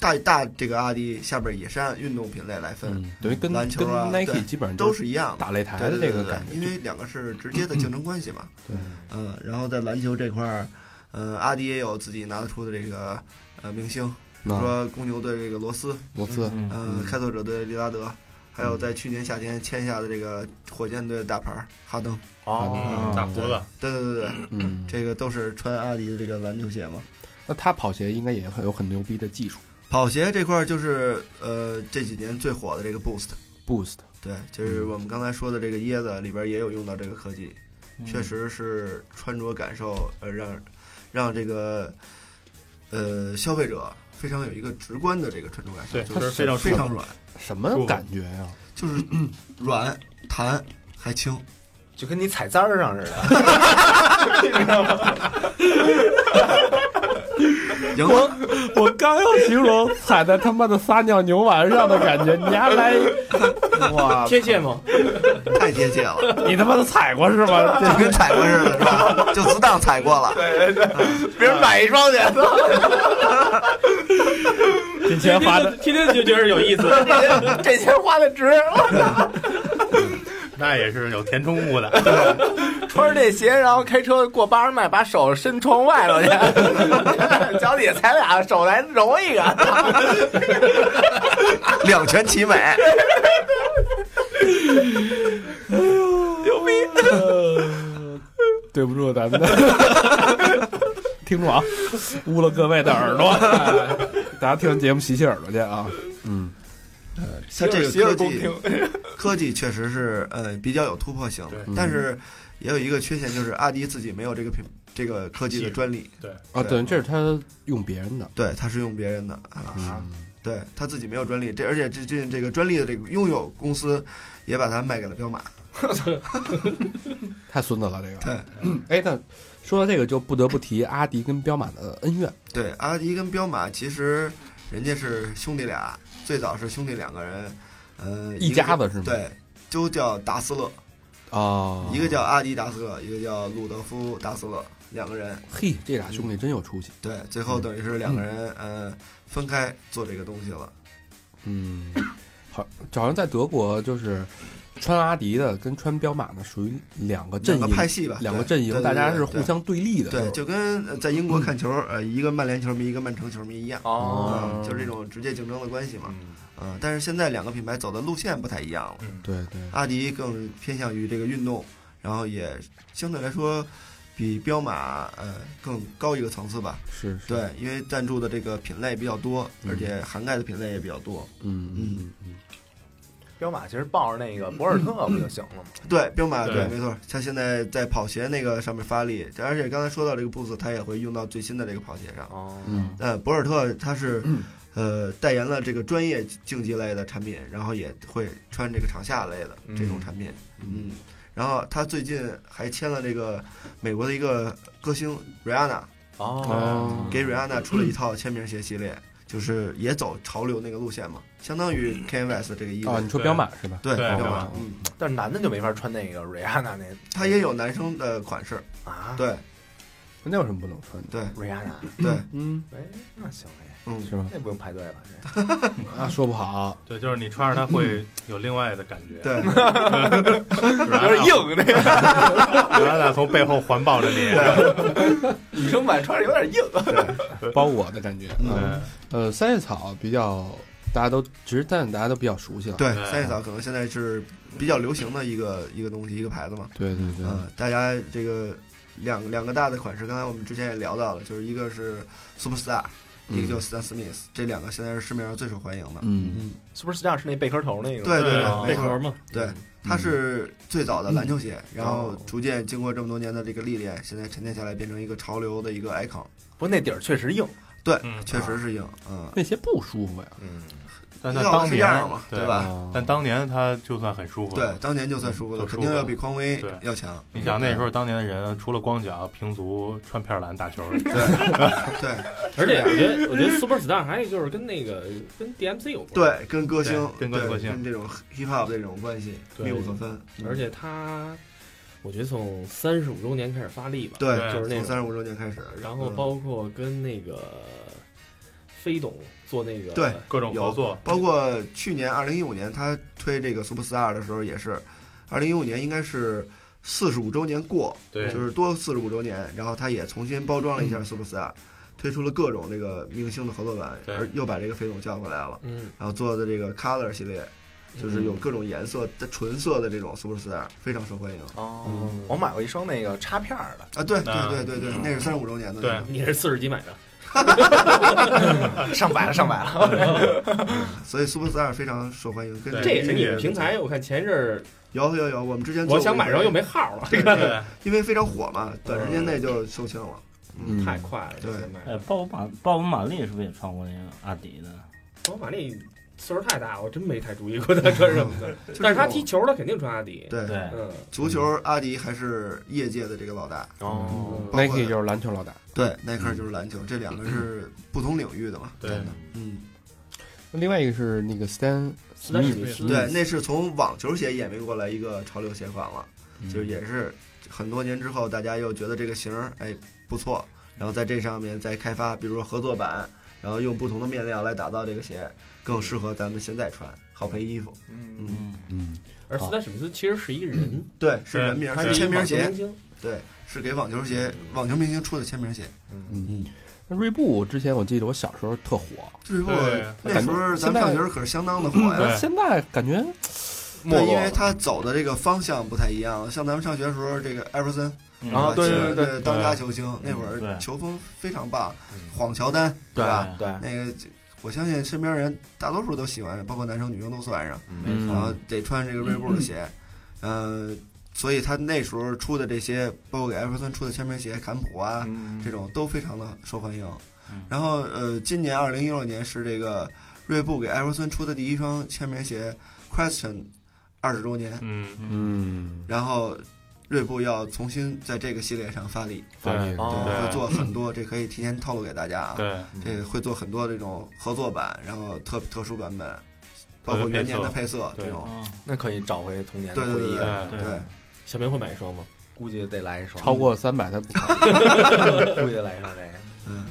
大大这个阿迪下边也是按运动品类来分，嗯，等于跟篮球啊跟 Nike 对基本上都是是一样的。打擂台对的对这个对对感觉，对，因为两个是直接的竞争关系嘛。对，嗯，然后在篮球这块儿，呃，阿迪也有自己拿得出的这个呃明星，比如那说公牛队这个罗斯，罗斯，嗯呃，开拓者队利拉德，还有在去年夏天签下的这个火箭队的大牌儿哈登。哦嗯大胡子，对对对对，嗯，这个都是穿阿迪的这个篮球鞋嘛。那他跑鞋应该也很有很牛逼的技术跑鞋这块儿就是呃这几年最火的这个 Boost， ，Boost，对，嗯就是我们刚才说的这个椰子里边也有用到这个科技，嗯确实是穿着感受呃让让这个呃消费者非常有一个直观的这个穿着感受，对就就是是非常非常软，什么感觉啊呀？就是软弹还轻，就跟你踩簪儿上似的，阳光 <laughs> <laughs> 我刚要形容踩在他妈的撒尿牛丸上的感觉，你还来，哇，贴切吗？太贴切了，你他妈的踩过是吗？就跟踩过似的，是吧？就自当踩过了。别人买一双去，这这钱花的，天天就觉得有意思。 <laughs> 这钱花的值。那也是有填充物的。穿着这鞋，然后开车过八十迈，把手伸窗外头去， <laughs> 脚底下踩俩，手来揉一个。两全 <laughs> 其美。对不住咱们的 <laughs> 听众啊，污了各位的耳朵，哎大家听完节目洗洗耳朵去啊。嗯，它这个洗耳科恭技听， <laughs> 科技确实是呃比较有突破性对，但是也有一个缺陷，就是阿迪自己没有这个品这个科技的专利，啊，对对，这是他用别人的，对，它是用别人的啊，嗯，对他自己没有专利，这而且这这这个专利的这个拥有公司也把它卖给了彪马，太孙子了这个。对哎，那说到这个，就不得不提阿迪跟彪马的恩怨。对，阿迪跟彪马其实人家是兄弟俩，最早是兄弟两个人，呃，一个叫家子是吗对，都叫达斯勒，哦一个叫阿迪达斯勒，一个叫路德夫达斯勒，两个人。嘿，这俩兄弟真有出息。对，最后等于是两个人、呃分开做这个东西了。嗯，好，好像在德国就是穿阿迪的跟穿彪马的属于两个阵两营个，派系吧，两个对阵营，对对大家对是互相嗯对立的。对，就跟呃在英国看球，呃，一个曼联球迷，一个曼城球迷一样，哦，嗯就是这种直接竞争的关系嘛。嗯嗯，但是现在两个品牌走的路线不太一样了，对对，阿迪更偏向于这个运动，然后也相对来说比彪马呃更高一个层次吧。是是，对，因为赞助的这个品类比较多，嗯而且涵盖的品类也比较多。嗯嗯嗯。彪马其实抱着那个博尔特不就行了吗？对，彪马对对，没错，他现在在跑鞋那个上面发力，而且刚才说到这个 Boost，他也会用到最新的这个跑鞋上。哦，嗯呃，博尔特他是呃代言了这个专业竞技类的产品，然后也会穿这个场下类的这种产品，嗯。然后他最近还签了这个美国的一个歌星 Rihanna，哦，嗯给 Rihanna 出了一套签名鞋系列，就是也走潮流那个路线嘛，相当于 Kanye West 这个意思。哦，你说彪马是吧？哦对，嗯对彪彪马马，嗯，但是男的就没法穿那个瑞安娜那他也有男生的款式，啊，对那有什么不能穿的？对瑞安娜，对，嗯，哎，那行哎，嗯，是吧？那不用排队了，这那啊说不好，对，就是你穿上它会有另外的感觉，对， <laughs> 有点硬，那个原来从背后环抱着你，女生版穿着有点硬。包我的感觉。嗯，嗯，呃，三叶草比较大家都，其实但大家都比较熟悉了。对，对三叶草可能现在是比较流行的一个一个东西，一个牌子嘛。呃对对对，嗯，大家这个两两个大的款式，刚才我们之前也聊到了，就是一个是 Superstar，一个嗯就是 Stan Smith，这两个现在是市面上最受欢迎的。嗯 Superstar 是那贝壳头那个，对对啊对没贝错壳嘛，对，它是最早的篮球鞋，然后哦逐渐经过这么多年的这个历练，现在沉淀下来变成一个潮流的一个 icon。不过那底儿确实硬，对，嗯确实是硬，嗯，那鞋不舒服呀，嗯，但但要当是这年样嘛对吧啊但当年他就算很舒服对了，。当年就算舒服了，嗯肯定要比匡威对要强。你想那时候当年的人，除了光脚、平足、穿片儿篮打球，对而且我觉得，我觉得 Superstar 还有就是跟那个跟 DMC 有关，对，跟歌星，对跟歌对歌星跟这种 hip hop 这种关系对密不可分。而且他，我觉得从三十五周年开始发力吧，对，就是那从种，三十五周年开始，然后嗯包括跟那个飞董做那个，对各种合作，包括去年二零一五年他推这个 Superstar 的时候也是，二零一五年应该是四十五周年过，对就是多四十五周年，然后他也重新包装了一下嗯 Superstar，、推出了各种这个明星的合作版，对而又把这个飞总叫回来了，嗯，然后做的这个 Color 系列，就是有各种颜色的纯色的这种 Superstar 非常受欢迎。哦，我买过一双那个插片儿的，啊，对啊对对对嗯对，那是三十五周年的，对你是四十几买的，嗯上百了，上百了，所以 Superstar 非常受欢迎，跟对哎这也是你们平台。我看前一阵儿有有有，我们之前做我想过买，一然后回又没号了，对，对对，因为非常火嘛，短时间内就售罄了。嗯太快了，对这卖哎，鲍勃马鲍勃马利是不是也穿过那个阿迪的？宝马那岁数太大，我真没太注意过他穿什么的，就 <laughs> 是但是他这种踢球他肯定穿阿迪，嗯对对，嗯，足球，阿迪还是业界的这个老大。哦嗯包括，Nike 就是篮球老大，对，耐克就是篮球，这两个是不同领域的嘛。对真的，嗯，那另外一个是那个 Stan 斯坦史密 Smith，斯对，那是从网球鞋演变过来一个潮流鞋款了，嗯就是也是很多年之后，大家又觉得这个型儿哎不错，然后在这上面再开发，比如说合作版，然后用不同的面料来打造这个鞋，更适合咱们现在穿，好配衣服。嗯，嗯，嗯，而斯坦史密斯其实是一人，对，是人名，他嗯是是签一名网球鞋明，星，对，是给网球鞋、网球明星出的签名鞋。嗯，那锐步之前我记得我小时候特火，最后对那时候咱们上学可是相当的火呀，但现在感觉对，因为他走的这个方向不太一样。像咱们上学的时候，这个艾弗森，嗯然后啊对对对对当家球星，那会儿对球风非常棒嗯，晃乔丹，嗯对吧？对，那个我相信身边人大多数都喜欢，包括男生女生都算上，嗯没然后错，得穿这个锐步的鞋，呃，所以他那时候出的这些，包括给艾弗森出的签名鞋，坎普啊，嗯这种都非常的受欢迎嗯。然后呃，今年二零一六年是这个锐步给艾弗森出的第一双签名鞋 Question 二十周年，嗯，嗯，然后锐步要重新在这个系列上发力，对哦对，对会做很多，这可以提前透露给大家啊。对，这个会做很多这种合作版，然后特特殊版本，包括元年的配色对这种。嗯那可以找回童年的对对回对忆，对对对，小明会买一双吗？估计得来一双，超过三百他不 <laughs> 估计得来一双这个，嗯，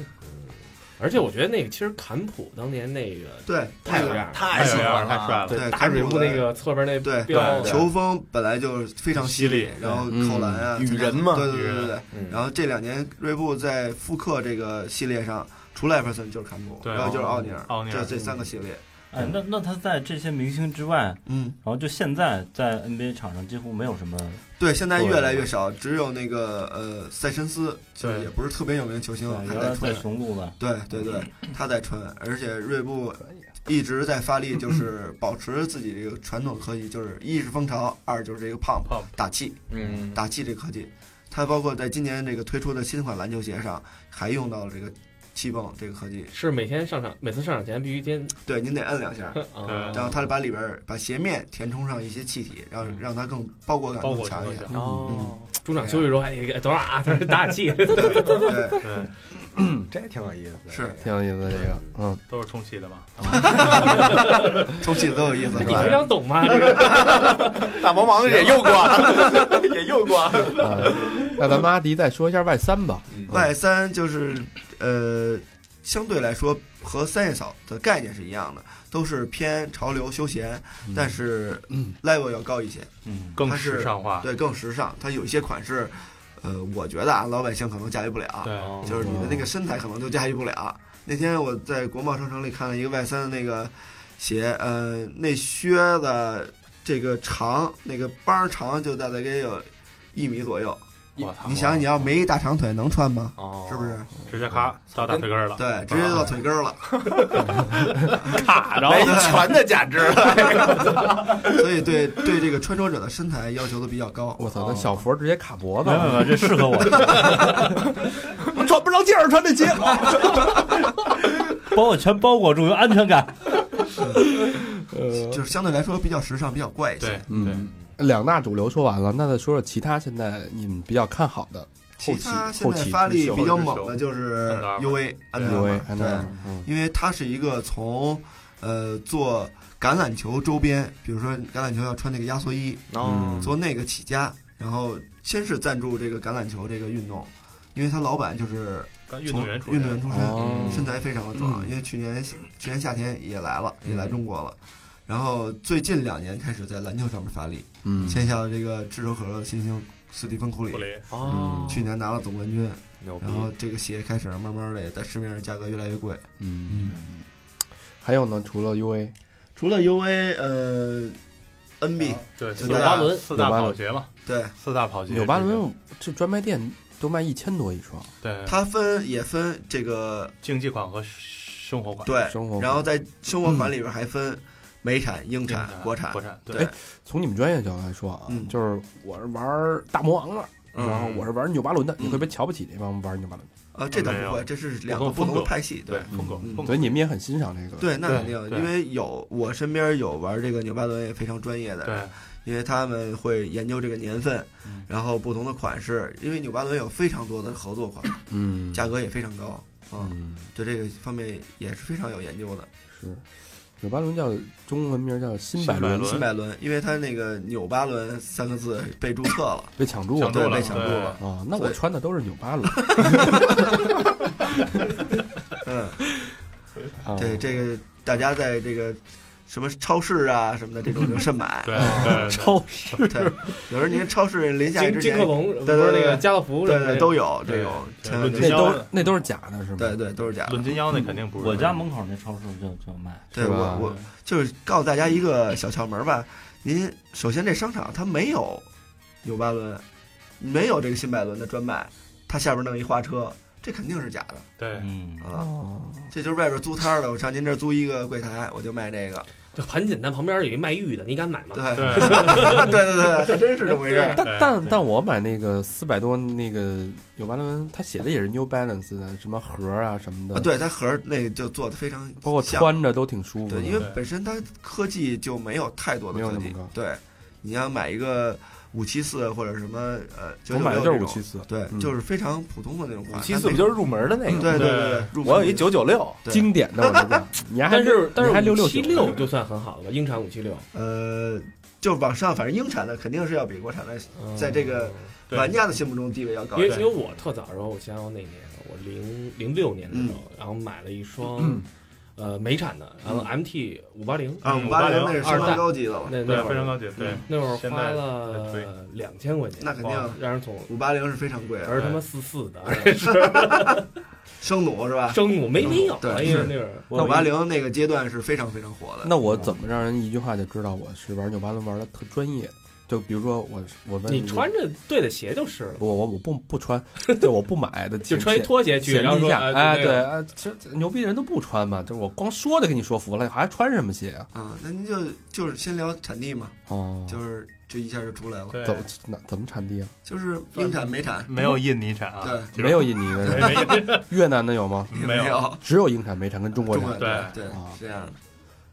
而且我觉得那个其实坎普当年那个对，太那有个样儿了，嗯太太有喜样欢啊儿太帅了，对大坎普水库的那个侧边那对标，球风本来就非常犀利犀，利然后扣篮啊，嗯参加雨人嘛对对对对雨对人。嗯然后这两年锐步在复刻这个系列上，除了艾弗森就是坎普，对然后就是奥尼尔，奥尼尔就这三个系列。哎，那那他在这些明星之外，嗯，然后就现在在 NBA 场上几乎没有什么，对，现在越来越少，只有那个呃塞申斯，就是对也不是特别有名的球星，对还原在来在穿。雄鹿吧，对对对，他在穿，而且锐步一直在发力，就是保持自己这个传统科技，就是一是风潮，二就是这个 pump Pump 打气，嗯，打气这科技，它包括在今年这个推出的新款篮球鞋上还用到了这个气泵这个科技。是每天上场，每次上场前必须先 <laughs> 对，您得摁两下，啊，然后它把里边儿把鞋面填充上一些气体，让让它更包裹感包更裹强成一这些。样，哦，中场休息的时候还得给等会儿啊，他打打 <laughs> 气， <laughs> 对，对，这挺有意思的，是挺有意思的这个，嗯，都是充气的嘛，充气都有意思，是你吧非？常懂吗？这个大魔王也又挂， <laughs> 也又 <laughs> 挂， <laughs> 啊，那咱们阿迪再说一下 Y 三吧， Y 三就是呃，相对来说和三叶草的概念是一样的，都是偏潮流休闲，但是 level 要高一些，嗯，更它是时尚化，对，更时尚。它有一些款式，呃，我觉得啊，老百姓可能驾驭不了，对，就是你的那个身材可能就驾驭不了。那天我在国贸商城里看了一个 Y 三的那个鞋，呃，那靴子这个长，那个帮儿长就大概也有一米左右，我操，你想，你要没一大长腿能穿吗？哦是不是？直接咔到大腿根儿了，对，直接到腿根儿了。咔，然后没全的价值了。所以对对这个穿着者的身材要求都比较高。我操，那小佛直接卡脖子没有了，没有，这适合我。 <laughs> 穿不上劲儿穿这鞋。嗯把我全包裹住，有安全感。就是相对来说比较时尚，比较怪一些。对对，嗯，两大主流说完了，那再说说其他现在你们比较看好的其他现后在期发力比较猛的就是后期 UA 安德 U A 玛，安德对玛，，嗯因为它是一个从呃做橄榄球周边，比如说橄榄球要穿那个压缩衣，嗯做那个起家，然后先是赞助这个橄榄球这个运动，因为他老板就是跟运从动员出运动员出身，哦身材非常的壮，嗯因为去年去年夏天也来了，也来中国了。然后最近两年开始在篮球上面发力，嗯签下了这个炙手可热的新星斯蒂芬库里库，里，哦去年拿了总冠军，牛逼然！后这个鞋开始慢慢的在市面上价格越来越贵。嗯，还有呢，除了 U A，除了 UA，呃，NB 对，四四大大四大纽巴跑伦鞋嘛，对四大跑鞋，纽巴伦这专卖店都卖一千多一双，对，它分也分这个竞技款和啊生活款，对生活，然后在生活款里边还分美产、英竞技产、款，国国产。产，对对，从你们专业角度来说啊，嗯就是我是玩大魔王的，嗯然后我是玩纽巴伦的，你嗯会不会瞧不起这帮玩纽巴伦的？啊，这倒没不会，有这是两个不同的派系。对对，风格嗯风所格以，你们也很欣赏这个，，对，那肯定，对因为有我身边有玩这个纽巴伦也非常专业的人，对，因为他们会研究这个年份，然后不同的款式，因为纽巴伦有非常多的合作款，嗯，价格也非常高。嗯，嗯对这个方面也是非常有研究的。是，纽巴伦叫中文名叫新百新百伦伦，新百伦，因为它那个纽巴伦三个字被注册 <laughs> 了，被抢注抢了注对，了被抢注了。啊，那所我以穿的都是纽巴伦，嗯，啊 <laughs> 对，这个大家在这个什么超市啊什么的这种就慎买。对对，超对，有时候您超市临下金之金前克，隆不对是对那对个家乐福对什么对的，都有，这对种对千万论斤那别信腰都那都是假的，是吗？对对，都是假的论。斤腰那肯定不是我家门口那超市就就卖，对是吧我我就是告诉大家一个小窍门吧，您首先这商场它没有纽巴伦，没有这个新百伦的专卖，它下边弄一花车，这肯定是假的对，嗯，啊！哦，这就是外边租摊儿的，我上您这儿租一个柜台，我就卖这个。就很简单，旁边有一卖玉的，你敢买吗？对对对对对，还真是 <laughs> 这么回事儿。但对但对但我买那个四百多那个纽巴伦，它写的也是 New Balance 的，什么盒儿啊什么的，啊，，对，它盒儿那就做的非常包括像穿着都挺舒服的，对，因为本身它科技就没有太多的没有科那么技高。对，你要买一个五七四或者什么呃九我九买的就六这是五种七，四，对，嗯就是非常普通的那种款。五七它四嗯没不就是入门的那对个？嗯对对对，入我有门一的九九六，对经典的，我知 <laughs> 道，你还但是但你还是六五六七九，六就算很好的了，英产五七六，呃，就往上，反正英产的肯定是要比国产的在这个对玩家的心目中地位要高因为一因些。为我特早的时候，我想想我那年啊我零零六年的时候，然后买了一双 <clears throat> 呃美产的，然后 MT 五八零啊，五八零零 <laughs> 那是相二当代高级的了，那那对，会非常儿高级，对，那会儿现花在对了两千块钱，那肯定哇让人从五八零是非常贵的，而他妈对四四的生弩是吧？生母没没有，对哎呀那会儿五八零那个阶段是非常非常火的。那我怎么让人一句话就知道我是玩纽巴伦玩的特专业？就比如说我我问你穿着对的鞋就是了，我我我不不穿，对我不买的， <laughs> 就穿一拖鞋去，显然后一说呃下，哎，那对，个哎，其实牛逼人都不穿嘛，就是我光说的给你说服了，还穿什么鞋啊？啊，那您就就是先聊产地嘛，哦就是这一下就出来了，对怎么哪怎么产地啊？就是英产美产，没有印尼产啊，对就是没有印尼的，没没 <laughs> 越南的有吗？也没有，有只有英产、美产跟中国中产国。对对对啊是这样的。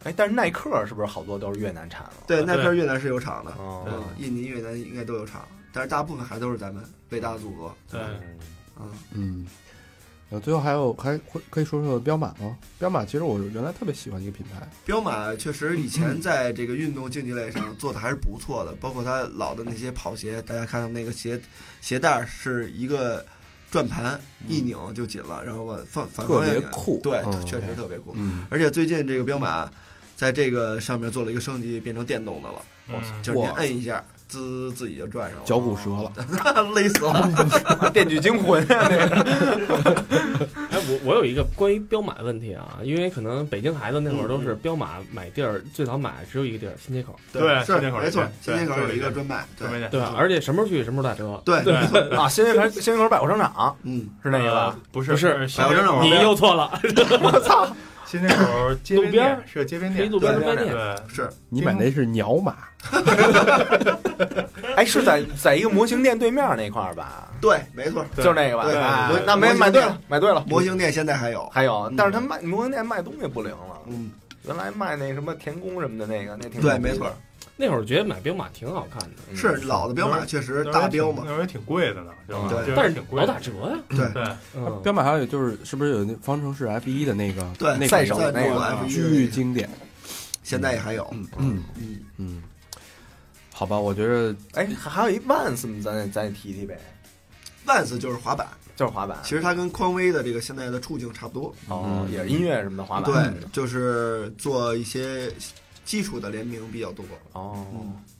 哎，但是耐克是不是好多都是越南产了？对，啊那对边越南是有厂的，哦，嗯，印尼、越南应该都有厂，但是大部分还都是咱们伟大的祖国。对，嗯，嗯，然后最后还有还会可以说说彪马吗？彪马其实我原来特别喜欢一个品牌，彪马确实以嗯前在这个运动竞技类上做的还是不错的，包括它老的那些跑鞋，大家看到那个鞋鞋带儿是一个转盘一拧就紧了，然后往反反嗯特方向别拧酷。对，嗯确实特别酷。嗯，而且最近这个彪马在这个上面做了一个升级，变成电动的了，嗯就是您哇摁一下，滋自己就转上了，脚骨折了， <laughs> <laughs> 累死了。啊电锯惊魂呀，那个哎，我我我有一个关于彪马的问题啊，因为可能北京孩子那会儿都是彪马买地儿，最早买只有一个地儿新街口，对是新街口没错对，新街口有一个对专卖，特别对点。对吧？而且什么时候去什么时候打车，对对，啊，新街口新街口百货商场嗯，是那个吧？不不是是新街口你又错了，新街口街边路边店儿是个街边 <laughs> 黑店，路边对专卖对店。嗯对，是你买那是鸟马，哎，是在在一个模型店对面那块儿吧？对，没错，对就是那个吧？对啊对那没模型买对店了，买对了。模型店现在还有，还有嗯，但是他卖模型店卖东西不灵了，嗯，原来卖那什么田宫什么的那个，那挺对，没错，那会儿觉得买彪马挺好看的，嗯是老的彪马确实那时候大也挺彪嘛，嗯那时候也挺贵的呢，吧对就是嗯但是挺贵老的，打折呀。对对，嗯，彪马还有就是是不是有那方程式 F 一的那个对那赛个啊手在那做个 F 巨一，经典，现在也还有，嗯嗯，嗯，好吧，我觉得哎，还还有一 Vans，咱也咱也提提呗，万斯就是滑板，就是滑板其，实它跟匡威的这个现在的处境差不多，哦，也是音乐什么的滑板，嗯对，就是做一些基础的联名比较多，哦，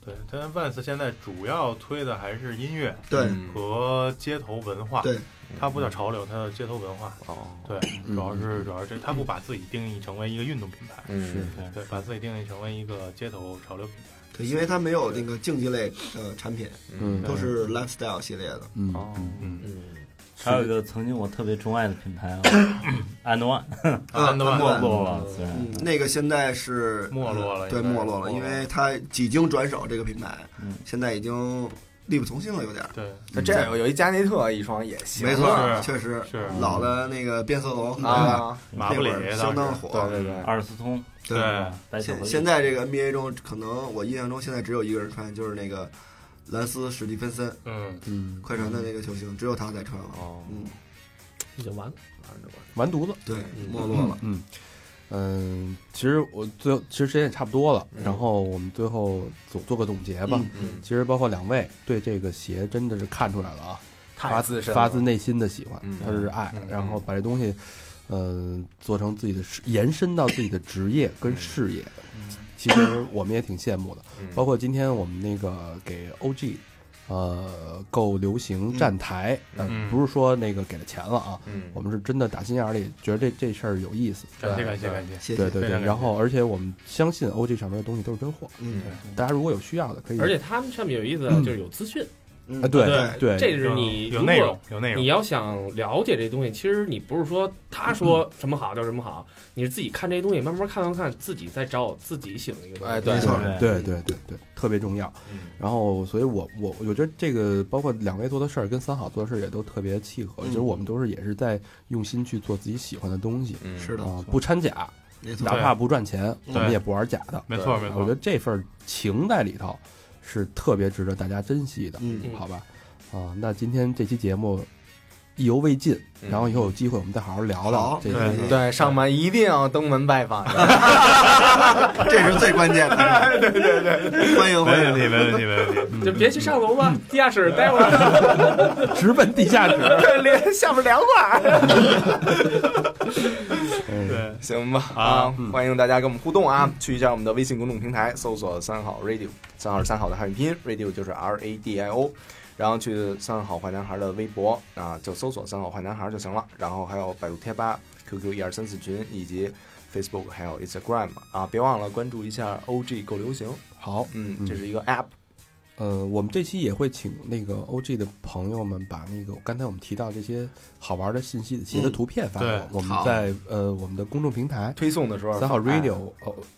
对，但 Vans 现在主要推的还是音乐对，嗯和街头文化，对，嗯它不叫潮流，它叫街头文化，哦，对，主要是主要是这，它不把自己定义成为一个运动品牌，嗯，对，把自己定义成为一个街头潮流品牌，对，因为它没有那个竞技类呃产品，嗯都是 lifestyle 系列的，嗯哦，嗯，嗯，还有一个曾经我特别钟爱的品牌啊 <coughs> ，And One 啊安德万安德万没落了，虽然嗯，那个现在是没落了呃对，应该是没落了，没落了因为它几经转手这个品牌，嗯现在已经力不从心了，有点儿。对，那这样有有一加内特一双也行，没错嗯是，确实是老的那个变色龙，啊，对吧马布里那会儿相当对火。对对，阿尔斯通，对白巧克现力现在这个 NBA 中，可能我印象中现在只有一个人穿，就是那个兰斯史蒂芬森，嗯，嗯，快船的那个球星，只有他在穿了。哦，嗯，已经完了。完犊子。对，嗯没落了。嗯嗯，其实我最后其实时间也差不多了，嗯然后我们最后做做个总结吧。嗯嗯，其实包括两位对这个鞋真的是看出来了啊，发太资深了发自内心的喜欢嗯，它是爱嗯，然后把这东西，呃，做成自己的事，延伸到自己的职业跟事业。其实我们也挺羡慕的，嗯包括今天我们那个给 OG，呃，购流行站台，呃嗯不是说那个给了钱了啊，嗯我们是真的打心眼儿里觉得这这事儿有意思，感谢感谢感谢，谢对谢。对非常对，感然谢后而且我们相信 OG 上面的东西都是真货，嗯大家如果有需要的可以，而且他们上面有意思的就是有资讯，嗯啊嗯对对对，这是你嗯有如内果容有内你容，要想了解这东西，其实你不是说他说什么好就什么好，你是自己看这些东西，慢慢看看看，自己再找自己喜欢的一个东西。哎对没错对对对对，特别重要。嗯然后，所以我我我觉得这个包括两位做的事儿跟三好做的事儿也都特别契合，嗯就是我们都是也是在用心去做自己喜欢的东西嗯是的，啊，不掺假，没错哪。怕不赚钱，我对们也不玩假的。没错没我错觉得，这份情在里头是特别值得大家珍惜的，嗯，好吧？啊，那今天这期节目意犹未尽，嗯然后以后有机会我们再好好聊聊好哎这对些。对，上班一定要登门拜 <laughs> 访，这是最关键的。对对对，欢迎欢没问迎。题没问题没问题，就别去上楼吧，地下室待会儿。直奔地下室。 <laughs> 连下面凉快。嗯对，行吧啊啊，欢迎大家跟我们互动啊！去一下我们的微信公众平台，搜索“三好 radio”，三好是三好的汉语拼音，radio 就是 R A D I O，然后去三好坏男孩的微博啊，就搜索“三好坏男孩”就行了。然后还有百度贴吧、QQ 一二三四群以及 Facebook 还有 Instagram 啊，别忘了关注一下 OG 够流行，好，嗯，嗯这是一个 App，呃，我们这期也会请那个 OG 的朋友们把那个刚才我们提到这些好玩的信息的写的嗯图片发给对我，我们好在呃我们的公众平台推送的时候哎三好发 Radio，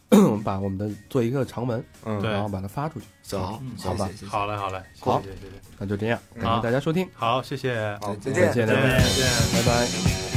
呃， <coughs> 我们把我们的做一个长文，嗯，对然后把它发出去。行，好吧谢谢，谢谢好嘞好嘞，谢好谢谢谢，那就这样，感好谢大家收听，好谢谢，哎好，再再见，见。再见。拜拜。拜拜。